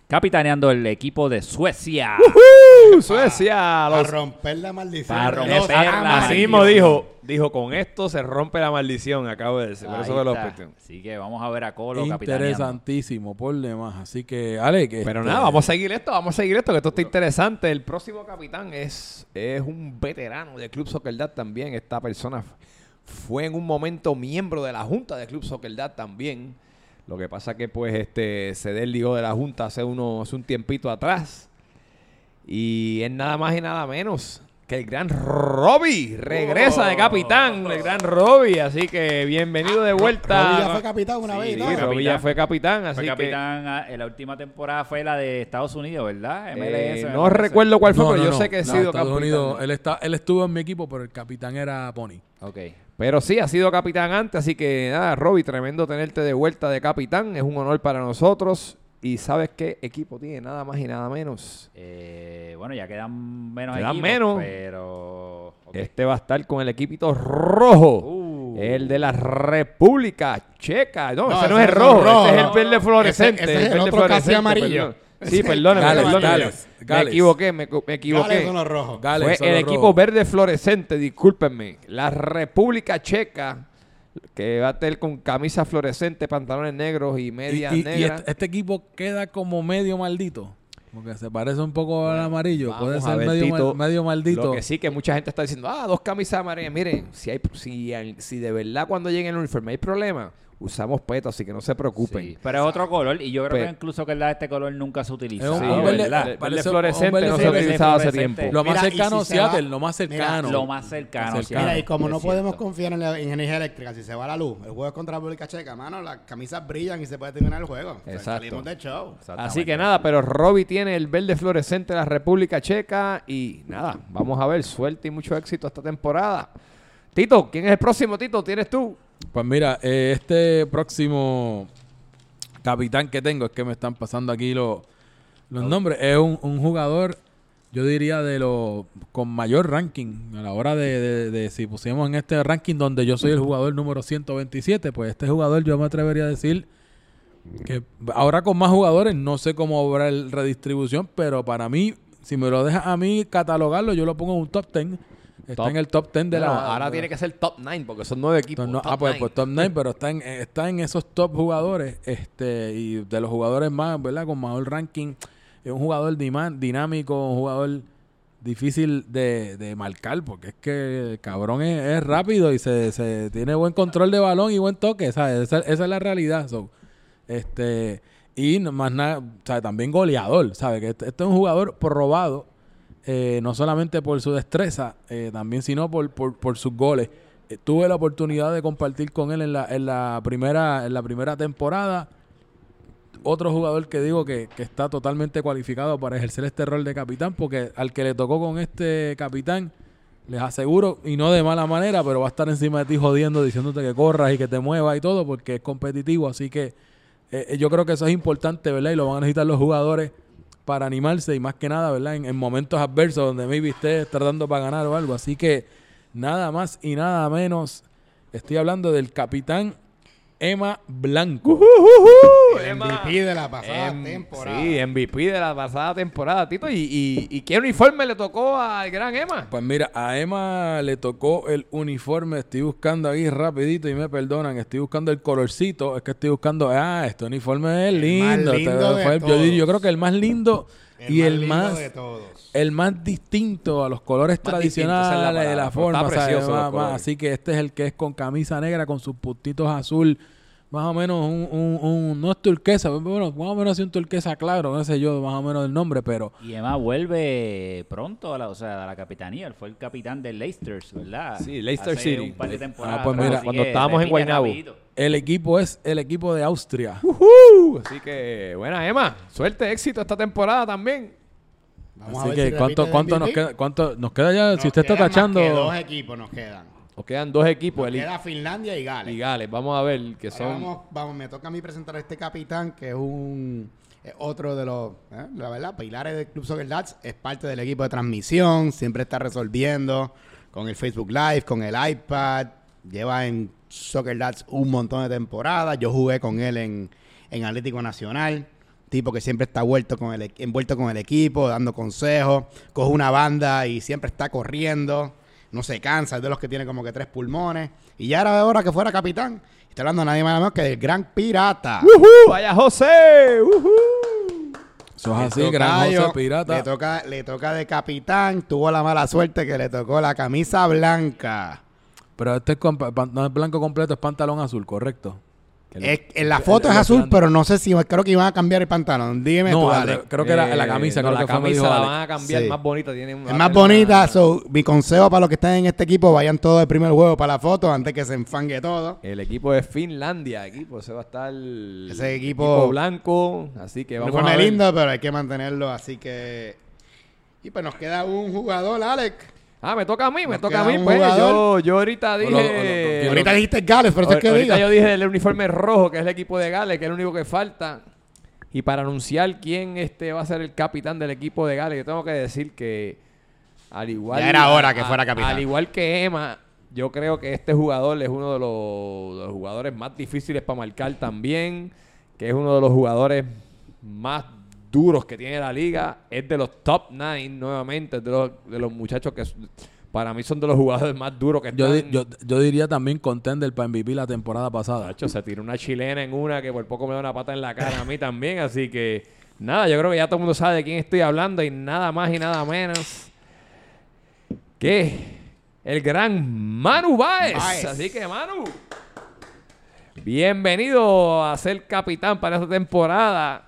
capitaneando el equipo de Suecia. Suecia. Para Los... romper la maldición. Para Los romper la amas. Así mismo dijo. Dijo, con esto se rompe la maldición, acabo de decir. Por Ahí eso fue lo está. que- Así que vamos a ver a Colo capitaneando. Interesantísimo, por demás. Así que, Alex. Pero este, nada, vamos a seguir esto, vamos a seguir esto, que esto está interesante. El próximo capitán es, es un veterano del Club Soccer Dad también. Esta persona f- fue en un momento miembro de la Junta del Club Soccer Dad también. Lo que pasa que pues este se desligó de la Junta hace, uno, hace un tiempito atrás. Y es nada más y nada menos que el gran Robbie. Regresa de capitán, el gran Robbie. Así que bienvenido de vuelta. Robbie ya fue capitán una Sí, vez y Sí, todo. Robbie ya fue capitán, así Fue que... capitán, ah, en la última temporada fue la de Estados Unidos, ¿verdad? Eh, MLS, me no parece. recuerdo cuál fue, no, pero no, yo no, sé que he no, sido Estados capitán. Unidos, él, está, él estuvo en mi equipo, pero el capitán era Pony. Ok. Pero sí, ha sido capitán antes, así que nada, Robbie, tremendo tenerte de vuelta de capitán. Es un honor para nosotros. Y sabes qué equipo tiene, nada más y nada menos. Eh, bueno, ya quedan menos Quedan equipos, menos. pero... ok. Este va a estar con el equipito rojo. Uh. El de la República Checa. No, No, ese no ese es el no es rojo, rojo, ese es el no. verde fluorescente. Ese- ese es el verde otro casi fluorescente, amarillo. perdón. Sí, perdóname, Gales, perdóname. Gales, Gales. Me equivoqué, me, me equivoqué. Dale con los rojos. Gales, Fue solo el rojo. equipo verde fluorescente, discúlpenme. La República Checa, que va a tener con camisa fluorescente, pantalones negros y Y, medias y- y negras. este, este equipo queda como medio maldito. Porque se parece un poco al amarillo. Vamos Puede a ser ver, medio, mal- Tito, medio Lo maldito. que sí que mucha gente está diciendo, ah, dos camisas amarillas. Miren, si hay si, hay- si de verdad cuando lleguen el uniforme hay problema, usamos peto, así que no se preocupen. Sí, pero es otro color y yo creo Pe- que incluso que el de este color nunca se utiliza. Es un- Sí, un verde- verde- parece verde un- un fluorescente verde no se ha fluorescente. utilizado hace fluorescente. tiempo. Lo más Mira, y cercano, si se Seattle. va- lo más mira, cercano. Lo más cercano. Más sí, cercano. Mira, y como es no cierto. podemos confiar en la en energía eléctrica, si se va la luz, el juego es contra República Checa, mano, las camisas brillan y se puede terminar el juego. O sea, Exacto. salimos del show. Así que nada, pero Robbie tiene el verde fluorescente de la República Checa y nada, vamos a ver, suerte y mucho éxito esta temporada. Tito, ¿quién es el próximo, Tito? ¿Tienes tú? Pues mira, eh, este próximo capitán que tengo, es que me están pasando aquí lo- los nombres, es un, un jugador yo diría de los con mayor ranking. A la hora de, de- de si pusimos en este ranking donde yo soy el jugador número 127, pues este jugador yo me atrevería a decir que ahora con más jugadores no sé cómo obra el redistribución, pero para mí, si me lo dejas a mí catalogarlo, yo lo pongo en un top 10. Está Top. en el top 10 de No, la... ahora de- tiene que ser top 9 porque son nueve equipos. entonces, no, top ah, pues, nine. pues top 9, pero está en, está en esos top jugadores este y de los jugadores más, ¿verdad? Con mayor ranking. Es un jugador dima- dinámico, un jugador difícil de, de marcar, porque es que el cabrón es, es rápido y se, se tiene buen control de balón y buen toque, ¿sabes? Esa, esa es la realidad. so. este Y no- más nada, o sea, también goleador, ¿sabes? Que este, este es un jugador probado, eh, no solamente por su destreza, eh, también sino por, por, por sus goles. Eh, tuve la oportunidad de compartir con él en la, en la primera, en la primera temporada. Otro jugador que digo que, que está totalmente cualificado para ejercer este rol de capitán, porque al que le tocó con este capitán, les aseguro, y no de mala manera, pero va a estar encima de ti jodiendo, diciéndote que corras y que te muevas y todo, porque es competitivo. Así que eh, eh, yo creo que eso es importante, ¿verdad? Y lo van a necesitar los jugadores para animarse y más que nada, ¿verdad? En, en momentos adversos donde maybe estés tratando para ganar o algo. Así que nada más y nada menos. Estoy hablando del capitán Emma Blanco. ¡Uh, El MVP de la pasada Em, temporada. Sí, MVP de la pasada temporada, Tito. ¿Y, y, y qué uniforme le tocó al gran Emma? Pues mira, a Emma le tocó el uniforme. Estoy buscando ahí rapidito y me perdonan. Estoy buscando el colorcito. Es que estoy buscando. Ah, este uniforme es más lindo. Este lindo de fue el- yo, dir- yo todos. creo que el más lindo El y más el lindo más de todos. el más distinto a los colores Más tradicionales distinto, esa es la de la palabra, pero forma. está ¿sabes? precioso los Más- más- colores. así que este es el que es con camisa negra, con sus puntitos azul. Más o menos un, un- un- no es turquesa, pero bueno, más o menos sí un turquesa claro, no sé yo más o menos el nombre, pero Y Emma vuelve pronto a la, o sea, a la capitanía. Él fue el capitán de Leicester, ¿verdad? Sí, Leicester Hace City. un par de temporadas Ah, pues atrás, mira, así cuando que estábamos en repite Guaynabo. rapidito. el equipo es el equipo de Austria. Ujú, Pues, Así que, buena Emma. Suerte, éxito esta temporada también. Vamos Así a ver que si cuánto, repite cuánto el nos MVP. queda, cuánto nos queda ya, Nos si usted está quedan más tachando. que dos equipos nos quedan. Nos quedan dos equipos, el Queda Finlandia y Gales. y Gales. Vamos a ver que Ahora son. Vamos, vamos, me toca a mí presentar a este capitán que es un es otro de los, eh, la verdad, pilares del Club Soccer Lads. Es parte del equipo de transmisión, siempre está resolviendo con el Facebook Live, con el iPad. Lleva en Soccer Lads un montón de temporadas. Yo jugué con él en, en Atlético Nacional. Tipo que siempre está vuelto con el, e- envuelto con el equipo, dando consejos. Coge una banda y siempre está corriendo no se cansa, es de los que tiene como que tres pulmones. Y ya era hora que fuera capitán. Está hablando nadie más menos que del gran pirata. ¡Ujú! ¡Vaya José! ¡Ujú! Eso es así, Le Ah, gran toca- José Pirata. Le toca, le toca de capitán. Tuvo la mala suerte que le tocó la camisa blanca. Pero este es con pa- pan- no es blanco completo, es pantalón azul, correcto. Es- en la foto el- es el azul, grande. pero no sé si creo que iban a cambiar el pantalón. Dime no, tú, al- Alex. creo que era la Eh, camisa, no, creo la que fue, me camisa dijo la Alex. van a cambiar, Sí. más bonita. Tiene Es más bonita. so, mi consejo para los que están en este equipo, vayan todos de primer juego para la foto antes que se enfangue todo. El equipo de Finlandia, equipo. Ese va a estar. Ese equipo- blanco. Así que vamos Uniforme a ver. lindo, pero hay que mantenerlo, así que... Y pues nos queda un jugador, Alex. Ah, me toca a mí, me Nos toca a queda mí. un Pues yo, jugador. yo ahorita dije. lo- o lo- Eh, o lo- ahorita dijiste Gales, por eso es que ahorita digo. yo dije el uniforme rojo, que es el equipo de Gales, que es el único que falta. Y para anunciar quién este va a ser el capitán del equipo de Gales, yo tengo que decir que al igual Ya era hora que a- fuera capitán. Al igual que Emma, yo creo que este jugador es uno de los, de los jugadores más difíciles para marcar también, que es uno de los jugadores más duros que tiene la liga, es de los top 9 nuevamente, es de los, de los muchachos que s- para mí son de los jugadores más duros que están. Yo, di- yo, yo diría también contender para MVP la temporada pasada. Tacho, se tiró una chilena en una que por poco me da una pata en la cara a mí también. Así que nada, yo creo que ya todo el mundo sabe de quién estoy hablando y nada más y nada menos que el gran Manu Baez. Baez. Así que Manu, bienvenido a ser capitán para esta temporada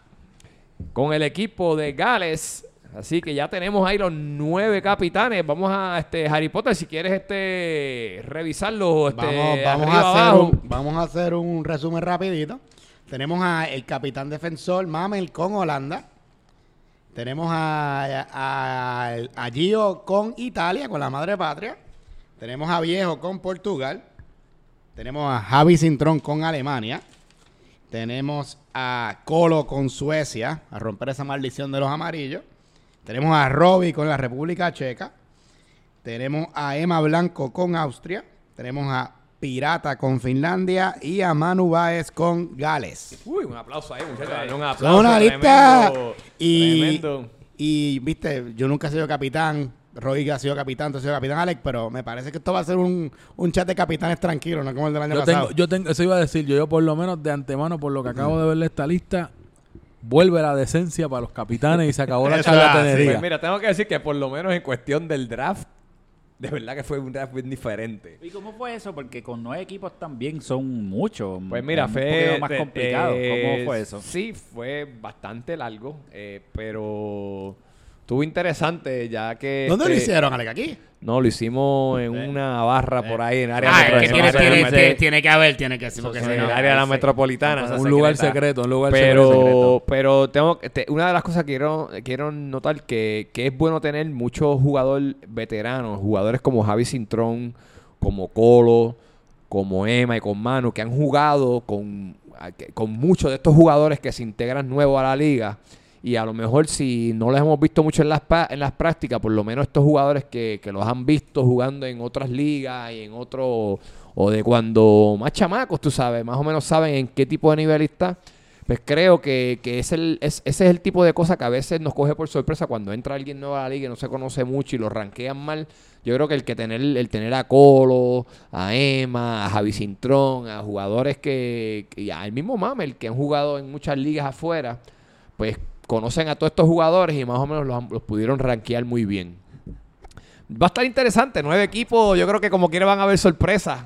con el equipo de Gales. Así que ya tenemos ahí los nueve capitanes. Vamos a este Harry Potter, si quieres este revisarlo. Este, Vamos, vamos arriba, a hacer abajo. un, vamos a hacer un resumen rapidito. Tenemos a el capitán defensor Mamel con Holanda. Tenemos a, a, a Gio con Italia, con la madre patria. Tenemos a Viejo con Portugal. Tenemos a Javi Cintrón con Alemania. Tenemos a Colo con Suecia, a romper esa maldición de los amarillos. Tenemos a Robbie con la República Checa. Tenemos a Emma Blanco con Austria. Tenemos a Pirata con Finlandia y a Manu Baez con Gales. Uy, un aplauso ahí, muchachos. dale Un Son aplauso. una lista. tremendo, Y, tremendo. y, viste, yo nunca he sido capitán. Roy ha sido capitán, tú has sido capitán, Alex, pero me parece que esto va a ser un, un chat de capitanes tranquilo, no como el del año Yo pasado. tengo, yo tengo, eso iba a decir yo, yo por lo menos de antemano, por lo que acabo de ver de esta lista, vuelve la decencia para los capitanes y se acabó la Eso es así. charlatanería. Pues mira, tengo que decir que por lo menos en cuestión del draft, de verdad que fue un draft bien diferente. ¿Y cómo fue eso? Porque con nueve equipos también son muchos. Pues mira, es un fue poquito más complicado. eh, ¿Cómo fue eso? Sí, fue bastante largo, eh, pero estuvo interesante ya que... ¿Dónde lo este, hicieron, Alex? ¿Aquí? No, lo hicimos en una barra por ahí, en área Ah, es que metropolitana. tiene, Eso no se tiene, permite. tiene- tiene que haber, tiene que ser. Porque en si el no- área de la sí. metropolitana. Son un cosas lugar secretas. secreto, un lugar secreto. Pero, pero tengo que- te- una de las cosas que quiero, quiero notar que, que es bueno tener muchos jugadores veteranos, jugadores como Javi Cintrón, como Colo, como Emma y con Manu, que han jugado con, a- que- con muchos de estos jugadores que se integran nuevos a la liga. Y a lo mejor si no los hemos visto mucho en las, pa- en las prácticas, por lo menos estos jugadores que, que los han visto jugando en otras ligas y en otros, o de cuando más chamacos, tú sabes, más o menos saben en qué tipo de nivel está. Pues creo que, que es el, es- ese es el tipo de cosa que a veces nos coge por sorpresa cuando entra alguien nuevo a la liga y no se conoce mucho y lo ranquean mal. Yo creo que el que tener, el tener a Colo, a Emma, a Javi Cintrón, a jugadores que, que- y al mismo Mamel, que han jugado en muchas ligas afuera, pues conocen a todos estos jugadores y más o menos los, han- los pudieron ranquear muy bien. Va a estar interesante, nueve equipos, yo creo que como quiera van a haber sorpresas.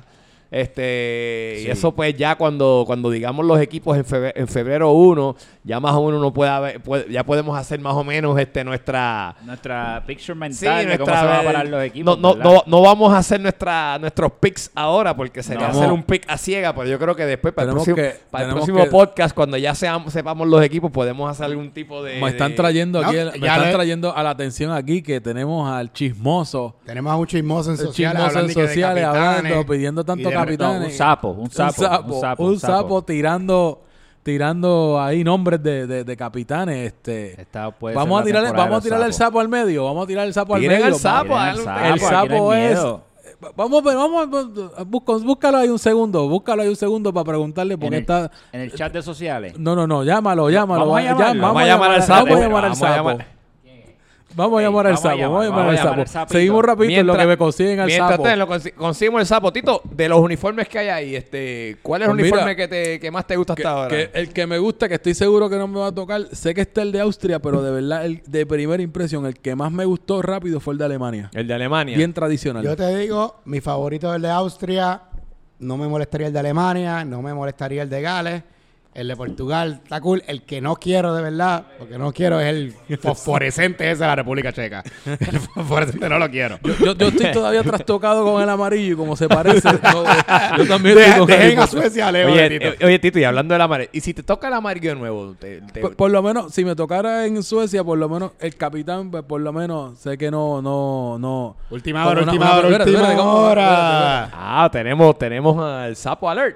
Este, y Sí. eso pues ya cuando, cuando digamos los equipos en febr- en febrero 1, ya más o menos uno puede, haber- puede- ya podemos hacer más o menos este nuestra Nuestra picture mental Sí, de cómo nuestra- se van a parar los equipos. No, no, ¿verdad? no, no vamos a hacer nuestra, nuestros picks ahora porque sería No. hacer un pick a ciega, pero yo creo que después para el Tenemos próximo, que- para el tenemos próximo que- podcast, cuando ya seamos, sepamos los equipos, podemos hacer algún tipo de... me están de- trayendo aquí, No, el- me ya están le- trayendo a la atención aquí que tenemos al chismoso. Tenemos a un chismoso en El sociales chismoso en hablando, y que de sociales capitanes hablando, pidiendo tanto y de- capitán. No, un sapo, un sapo, un sapo, un sapo, un un sapo. sapo tirando, tirando ahí nombres de, de- de capitanes. Este. Esta puede ser Vamos a una tirarle, temporada vamos a de los tirar el sapos. sapo al medio, vamos a tirar el sapo al Tiren medio. al sapo, vamos. dale un- Tiren al El sapo, aquí no hay sapo es. miedo. Vamos, pero vamos, pues, busca- búscalo ahí un segundo, búscalo ahí un segundo para preguntarle por En qué el, está. en el chat de sociales. No, no, no, llámalo, llámalo. Vamos a va- llamarlo. llam- Vamos a llamar al sapo. Vamos a llamar al Vamos a sapo. llamar- Vamos a Ey, llamar al vamos a sapo, vamos a llamar, llamar al vamos a llamar al sapo. sapito. Seguimos rapidito en lo que me consiguen al mientras sapo. tanto, lo consi- conseguimos el sapo. Tito, de los uniformes que hay ahí, este, ¿cuál es el Pues mira, uniforme que, te, que más te gusta Que- hasta ahora? que el que me gusta, que estoy seguro que no me va a tocar, sé que está el de Austria, pero de verdad, el de primera impresión, el que más me gustó rápido fue el de Alemania. el de Alemania. Bien tradicional. Yo te digo, mi favorito es el de Austria, no me molestaría el de Alemania, no me molestaría el de Gales, el de Portugal, está cool. El que no quiero de verdad, porque no quiero es el fosforescente ese de la República Checa. El fosforescente no lo quiero. Yo, yo- yo estoy todavía trastocado con el amarillo y como se parece, no, Ah, yo también Deja- estoy con Harry dejen a Potter. Suecia, Leo. Oye, bendito. eh, oye, Tito, y hablando del amarillo, y si te toca el amarillo de nuevo, te- te- Por, por lo menos, si me tocara en Suecia, por lo menos el capitán, pues, por lo menos sé que no, no, no. Última Como hora, una- última una- hora, espérate, última espérate, ¿cómo? hora. Ah, tenemos, tenemos al sapo alert.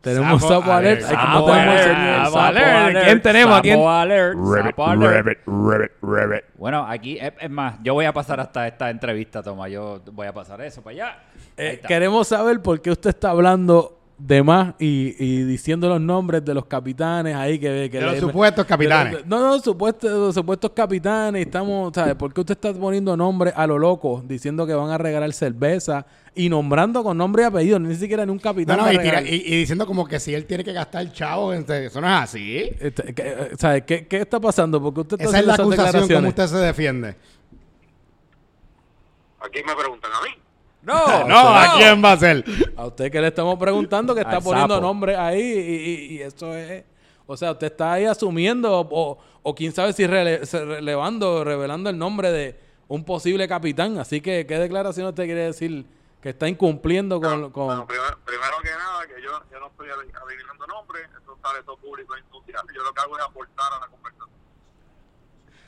Tenemos Sapo sapo alert. alert, Ay, como sapo tenemos el alert, señor sapo sapo alert. alert. ¿Quién tenemos? Sapo ¿Quién? alert, Rabbit, sapo alert. rabbit, rabbit, rabbit. Bueno, aquí, es, es más, yo voy a pasar hasta esta entrevista, toma. Yo voy a pasar eso para allá. Ahí Eh, está. queremos saber por qué usted está hablando de más y, y diciendo los nombres de los capitanes ahí que... que De los le- supuestos capitanes. de los- no, no, supuestos, los supuestos capitanes. Estamos, ¿sabes? ¿Por qué usted está poniendo nombres a lo loco? Diciendo que van a regalar cerveza y nombrando con nombre y apellido. Ni siquiera en un No, capitán. va no, a y, tira- regalar. y- y diciendo como que si él tiene que gastar el chavo, este, eso no es así. Este, que, eh, ¿sabes? ¿Qué, qué está pasando? Porque usted está Esa es la esas acusación, como declaraciones? usted se defiende. Aquí me preguntan a mí. No, ¿a quién va a ser? A usted que le estamos preguntando que está Al poniendo sapo. nombres ahí y, y- y eso es... O sea, usted está ahí asumiendo o, o quién sabe si rele- se- relevando, revelando el nombre de un posible capitán. Así que, ¿qué declaración usted quiere decir? Que está incumpliendo con... Bueno, con- bueno, primero, primero que nada, que yo, yo no estoy adi- adivinando nombres, eso sale todo público e industrial. Yo lo que hago es aportar a la conversación.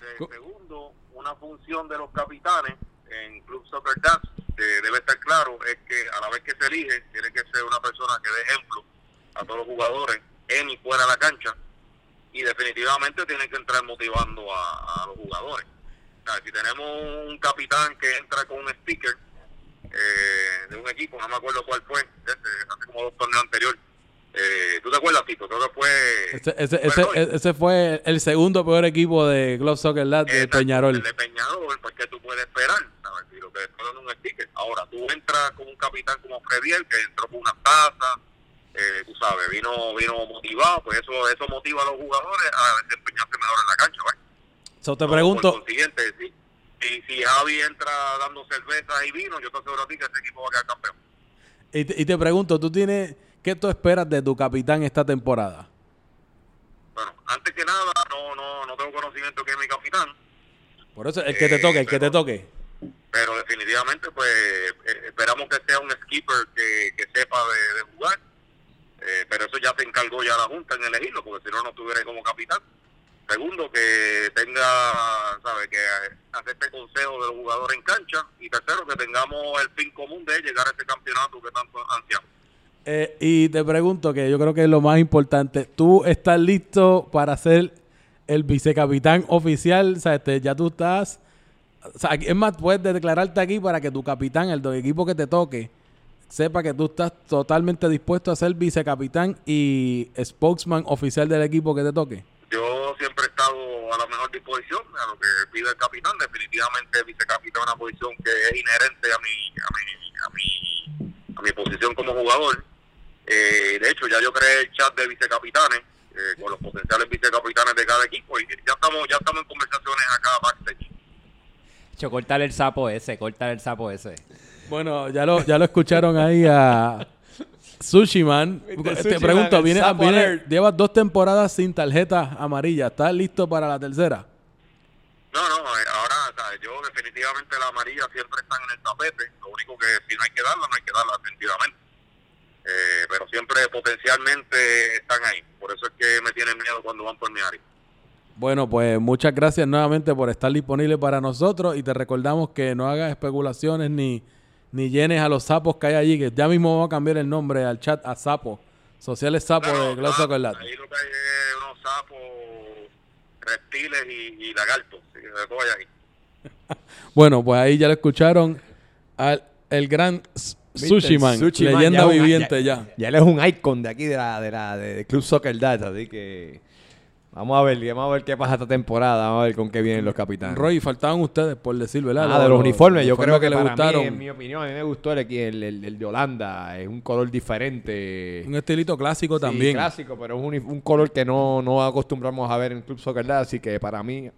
Se- Co- segundo, una función de los capitanes en Club Soccer Dance, que debe estar claro, es que a la vez que se elige, tiene que ser una persona que dé ejemplo a todos los jugadores en y fuera de la cancha. Y definitivamente tiene que entrar motivando a, a los jugadores. sea, si tenemos un capitán que entra con un sticker eh, de un equipo, no me acuerdo cuál fue, este, hace como dos torneos anteriores. Eh, ¿Tú te acuerdas, Tito? Creo que fue... Ese, ese, ese, fue Roy. ese fue el segundo peor equipo de Club Soccer Lab de Exacto, Peñarol. El de Peñarol, pues que tú puedes esperar, ¿sabes? Y lo que te dan un sticker. Ahora, tú entras con un capitán como Frediel, que entró con una taza, eh, tú sabes, vino vino motivado, pues eso eso motiva a los jugadores a desempeñarse mejor en la cancha, ¿ves? So, te Por- Por pregunto, consiguiente, si, si, si Javi entra dando cerveza y vino, yo te aseguro a ti que ese equipo va a quedar campeón. y te, y te pregunto, ¿tú tienes qué tú esperas de tu capitán esta temporada? Bueno, antes que nada, no, no, no tengo conocimiento que es mi capitán, Por eso, el que te toque, el que te toque. pero definitivamente pues eh, esperamos que sea un skipper que, que sepa de, de jugar Eh, pero eso ya se encargó ya la junta en elegirlo porque si no no estuviera como capitán segundo que tenga sabe que acepte el consejo de los jugadores en cancha y tercero que tengamos el fin común de llegar a ese campeonato que tanto ansiamos Eh, y te pregunto, que yo creo que es lo más importante, ¿tú estás listo para ser el vicecapitán oficial? O sea, este, ya tú estás... o sea, aquí- es más, puedes declararte aquí para que tu capitán, el del equipo que te toque, sepa que tú estás totalmente dispuesto a ser vicecapitán y spokesman oficial del equipo que te toque. yo siempre he estado a la mejor disposición a lo que pide el capitán definitivamente vicecapitán es una posición que es inherente a mi a mi a mi, a mi posición como jugador Eh, de hecho ya yo creé el chat de vicecapitanes eh, con los potenciales vicecapitanes de cada equipo y ya estamos ya estamos en conversaciones acá backstage Hecho, cortar el sapo ese, cortar el sapo ese. Bueno, ya lo, ya lo escucharon ahí a Sushi Man. Mr. Te Sushi Man, pregunto, el viene, sapo viene- alert. llevas dos temporadas sin tarjetas amarillas. ¿Estás listo para la tercera? No, no, eh, ahora ¿sabes? yo definitivamente la amarilla siempre están en el tapete. Lo único que si no hay que darla, no hay que darla definitivamente. Eh, pero siempre potencialmente están ahí. Por eso es que me tienen miedo cuando van por mi área. Bueno, pues muchas gracias nuevamente por estar disponible para nosotros y te recordamos que no hagas especulaciones ni, ni llenes a los sapos que hay allí, que ya mismo vamos a cambiar el nombre al chat a sapo. Sociales Sapo Claro, de Globo claro, Chocolate. ahí lo que hay es unos sapos, reptiles y, y lagartos. así que de todo hay ahí. Bueno, pues ahí ya lo escucharon al el gran S- Sushi Man, Sushi Man, leyenda ya un- viviente ya. Ya él es un icon de aquí de la, de la de, de Club Soccer Data, así que vamos a ver, vamos a ver qué pasa esta temporada, vamos a ver con qué vienen los capitanes. Roy, faltaban ustedes por decir, ¿verdad? Ah, de los uniformes, yo creo uniformes que, le para gustaron. mí, en mi opinión, a mí me gustó el, aquí, el, el- el de Holanda, es un color diferente. Un estilito clásico Sí, también. clásico, pero es un, uni- un color que no, no acostumbramos a ver en Club Soccer Data, así que para mí,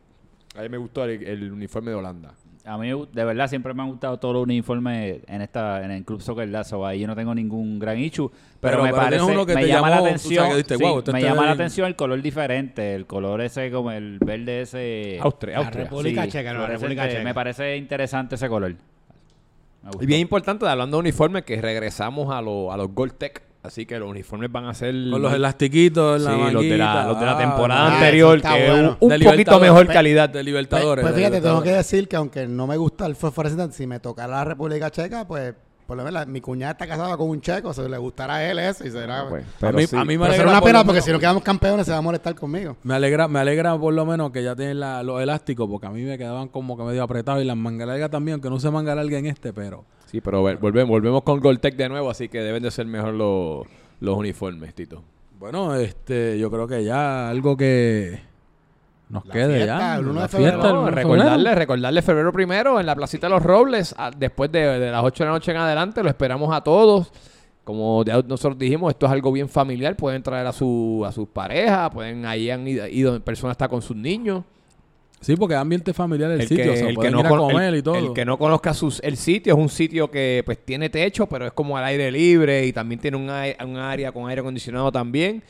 a mí me gustó el, el uniforme de Holanda. A mí, de verdad, siempre me han gustado todos los uniformes en esta en el Club Soccer Lazo. Ahí yo no tengo ningún gran issue. Pero, Pero- me pero tienes parece, uno que me te llama llamó, la tú sabes atención. que dijiste, sí, "Wow, este me está llama la bien". atención el color diferente. El color ese, como el verde ese. Austria, La Austria. República Sí, Checa, no, la parece República inter- Checa. Me parece interesante ese color. Me Y gustó. bien importante, hablando de uniformes, que regresamos a, lo- a los Gold Tech, así que los uniformes van a ser... Con los elastiquitos, Sí, la los de la, manguita. los de la Ah, temporada ah, anterior, eso está que bueno. es un, De poquito Libertadores. mejor calidad. De Pues, Libertadores. pues de fíjate, tengo que Libertadores. decir que aunque no me gusta el fue Resident, si me tocara la República Checa, pues por lo menos la- mi cuñada está casada con un checo, se le gustará a él eso y será. Pues, A pero mí, sí. a mí me pero será alegra una por pena lo porque menos- si no quedamos campeones se va a molestar conmigo. Me alegra, me alegra por lo menos que ya tienen la- los elásticos, porque a mí me quedaban como que medio apretados y las mangas largas también, aunque no se manga larga en este, pero Sí, pero vol- volvemos, volvemos con Goltec de nuevo, así que deben de ser mejor los, los uniformes, Tito. bueno, este, yo creo que ya algo que nos La quede fiesta, ya. el uno la de febrero. fiesta, el No, uno de recordarle, febrero. recordarle febrero primero en la Placita de los Robles, a- después de, de las 8 de la noche en adelante, lo esperamos a todos. Como ya nosotros dijimos, esto es algo bien familiar, pueden traer a su a sus parejas, pueden ahí han ido, ido en persona hasta con sus niños. Sí, porque es ambiente familiar el, sitio, o sea, pueden ir a cono- comer el- y todo. el que no conozca sus, el sitio es un sitio que pues tiene techo, pero es como al aire libre y también tiene un, ai- un área con aire acondicionado también.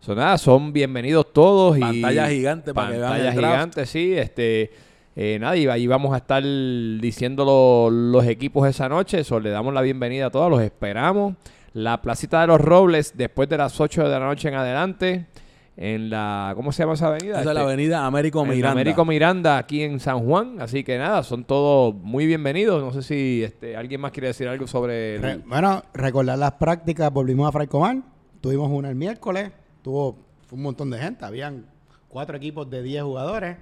So, nada, son bienvenidos todos. Pantalla y gigante para que vean el Pantalla draft. gigante, sí. Este, eh, nada, y ahí vamos a estar diciendo lo- los equipos esa noche. So, le damos la bienvenida a todos, los esperamos. La Placita de los Robles, después de las 8 de la noche en adelante, en la... ¿Cómo se llama esa Esa avenida? es la Este, avenida Américo en Miranda. Américo Miranda, aquí en San Juan. Así que nada, son todos muy bienvenidos. No sé si este, alguien más quiere decir algo sobre... el- Re- bueno, recordar las prácticas, volvimos a Francoman, tuvimos una el miércoles, tuvo fue un montón de gente, habían cuatro equipos de 10 jugadores,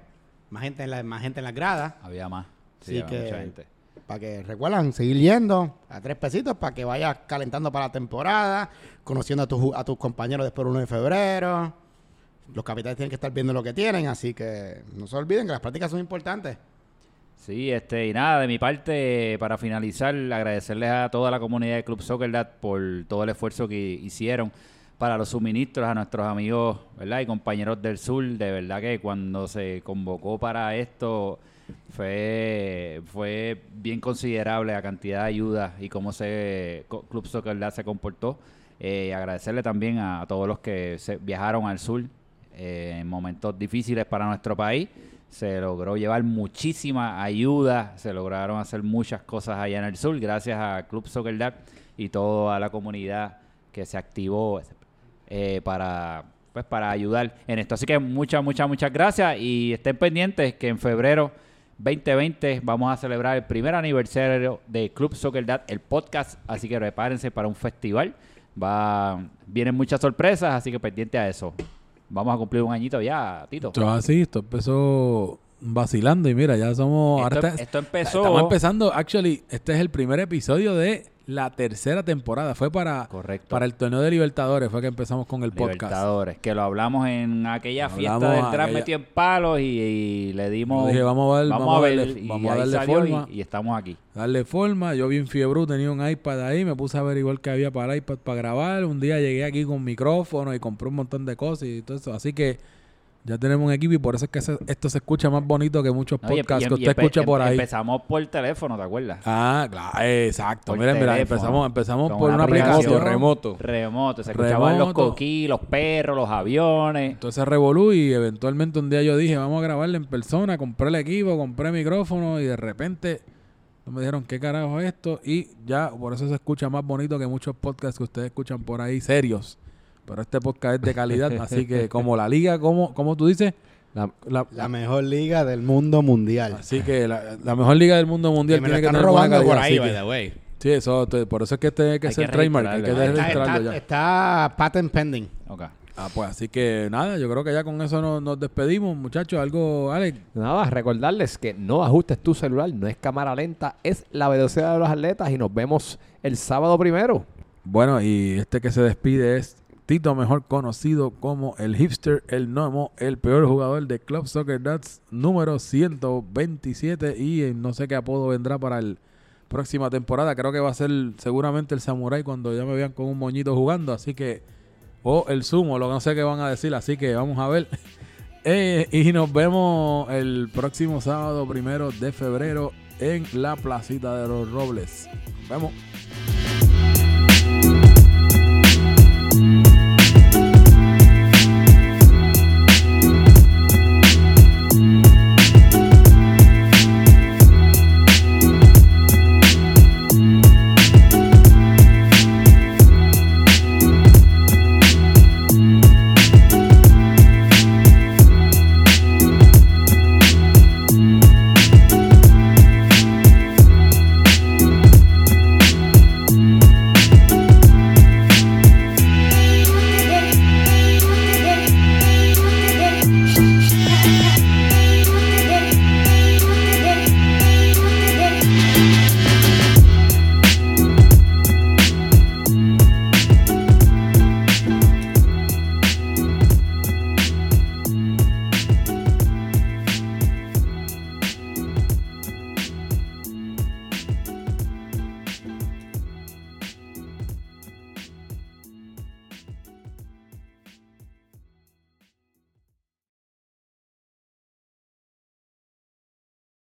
más gente en la, más gente en las gradas. Había más. Sí, Así había que- mucha gente. Para que recuerdan seguir yendo a tres pesitos para que vayas calentando para la temporada, conociendo a, tus ju- a tus compañeros después del 1 de febrero. Los capitales tienen que estar viendo lo que tienen, así que no se olviden que las prácticas son importantes. Sí, este, y nada, de mi parte, para finalizar, agradecerles a toda la comunidad de Club Soccer Dad por todo el esfuerzo que hicieron para los suministros a nuestros amigos, ¿verdad? Y compañeros del sur, de verdad que cuando se convocó para esto fue, fue bien considerable la cantidad de ayuda y cómo se co- Club Soccer Dad se comportó. Eh, agradecerle también a todos los que se viajaron al sur eh, en momentos difíciles para nuestro país. Se logró llevar muchísima ayuda, se lograron hacer muchas cosas allá en el sur, gracias a Club Soccer Lab y toda la comunidad que se activó eh, para, pues, para ayudar en esto. Así que muchas, muchas, muchas gracias y estén pendientes que en febrero 2020 vamos a celebrar el primer aniversario de Club Soccer Dad, el podcast, así que prepárense para un festival. Va, vienen muchas sorpresas, así que pendiente a eso. Vamos a cumplir un añito ya, Tito. Esto es así, esto empezó vacilando y mira, ya somos... Esto, ahora está- esto empezó. Estamos empezando, actually, este es el primer episodio de la tercera temporada. Fue para, Correcto. para el torneo de Libertadores, fue que empezamos con el podcast. Libertadores, que lo hablamos en aquella Lo fiesta hablamos del draft aquella- metido en palos y, y le dimos. Yo dije, vamos a ver- vamos a ver, darle- y vamos a ahí darle salió y- forma. Y, estamos aquí. Darle forma, yo bien fiebrú, tenía un iPad ahí, me puse a averiguar qué había para el iPad para grabar. Un día llegué aquí con micrófono y compré un montón de cosas y todo eso. Así que ya tenemos un equipo y por eso es que se- esto se escucha más bonito que muchos No, y- podcasts y- que y usted empe- escucha por em- ahí. Empezamos por teléfono, ¿te acuerdas? Ah, claro, exacto. Por Miren, mira, teléfono, empezamos, empezamos con por una una aplicación. aplicación. remoto. Remoto, se escuchaban los Remoto. coquí, los perros, los aviones. Entonces revolú y eventualmente un día yo dije, vamos a grabarle en persona, compré el equipo, compré micrófono y de repente no me dijeron qué carajo es esto y ya por eso se escucha más bonito que muchos podcasts que ustedes escuchan por ahí serios. Pero este podcast es de calidad, así que como la liga, como, como tú dices, La- la- La mejor liga del mundo mundial. así que la, la mejor liga del mundo mundial Que me la tiene que están tener buena robando calidad. por ahí, así by que- the way. sí, eso, te- por eso es que este hay que Hay ser que trademark, hay que registrarlo, Está, registrarlo está- ya. está patent pending. Ok. Ah, pues así que nada, yo creo que ya con eso nos, nos despedimos, muchachos. Algo, Alex. Nada, recordarles que no ajustes tu celular, no es cámara lenta, es la velocidad de los atletas y nos vemos el sábado primero. Bueno, y este que se despide es Tito, mejor conocido como el hipster, el gnomo, el peor jugador de Club Soccer Nuts número 127 y eh, no sé qué apodo vendrá para el próxima temporada. Creo que va a ser seguramente el Samurai cuando ya me vean con un moñito jugando, así que o el Sumo, lo que no sé qué van a decir, así que vamos a ver. Eh, y nos vemos el próximo sábado primero de febrero en la Placita de los Robles. Nos vemos.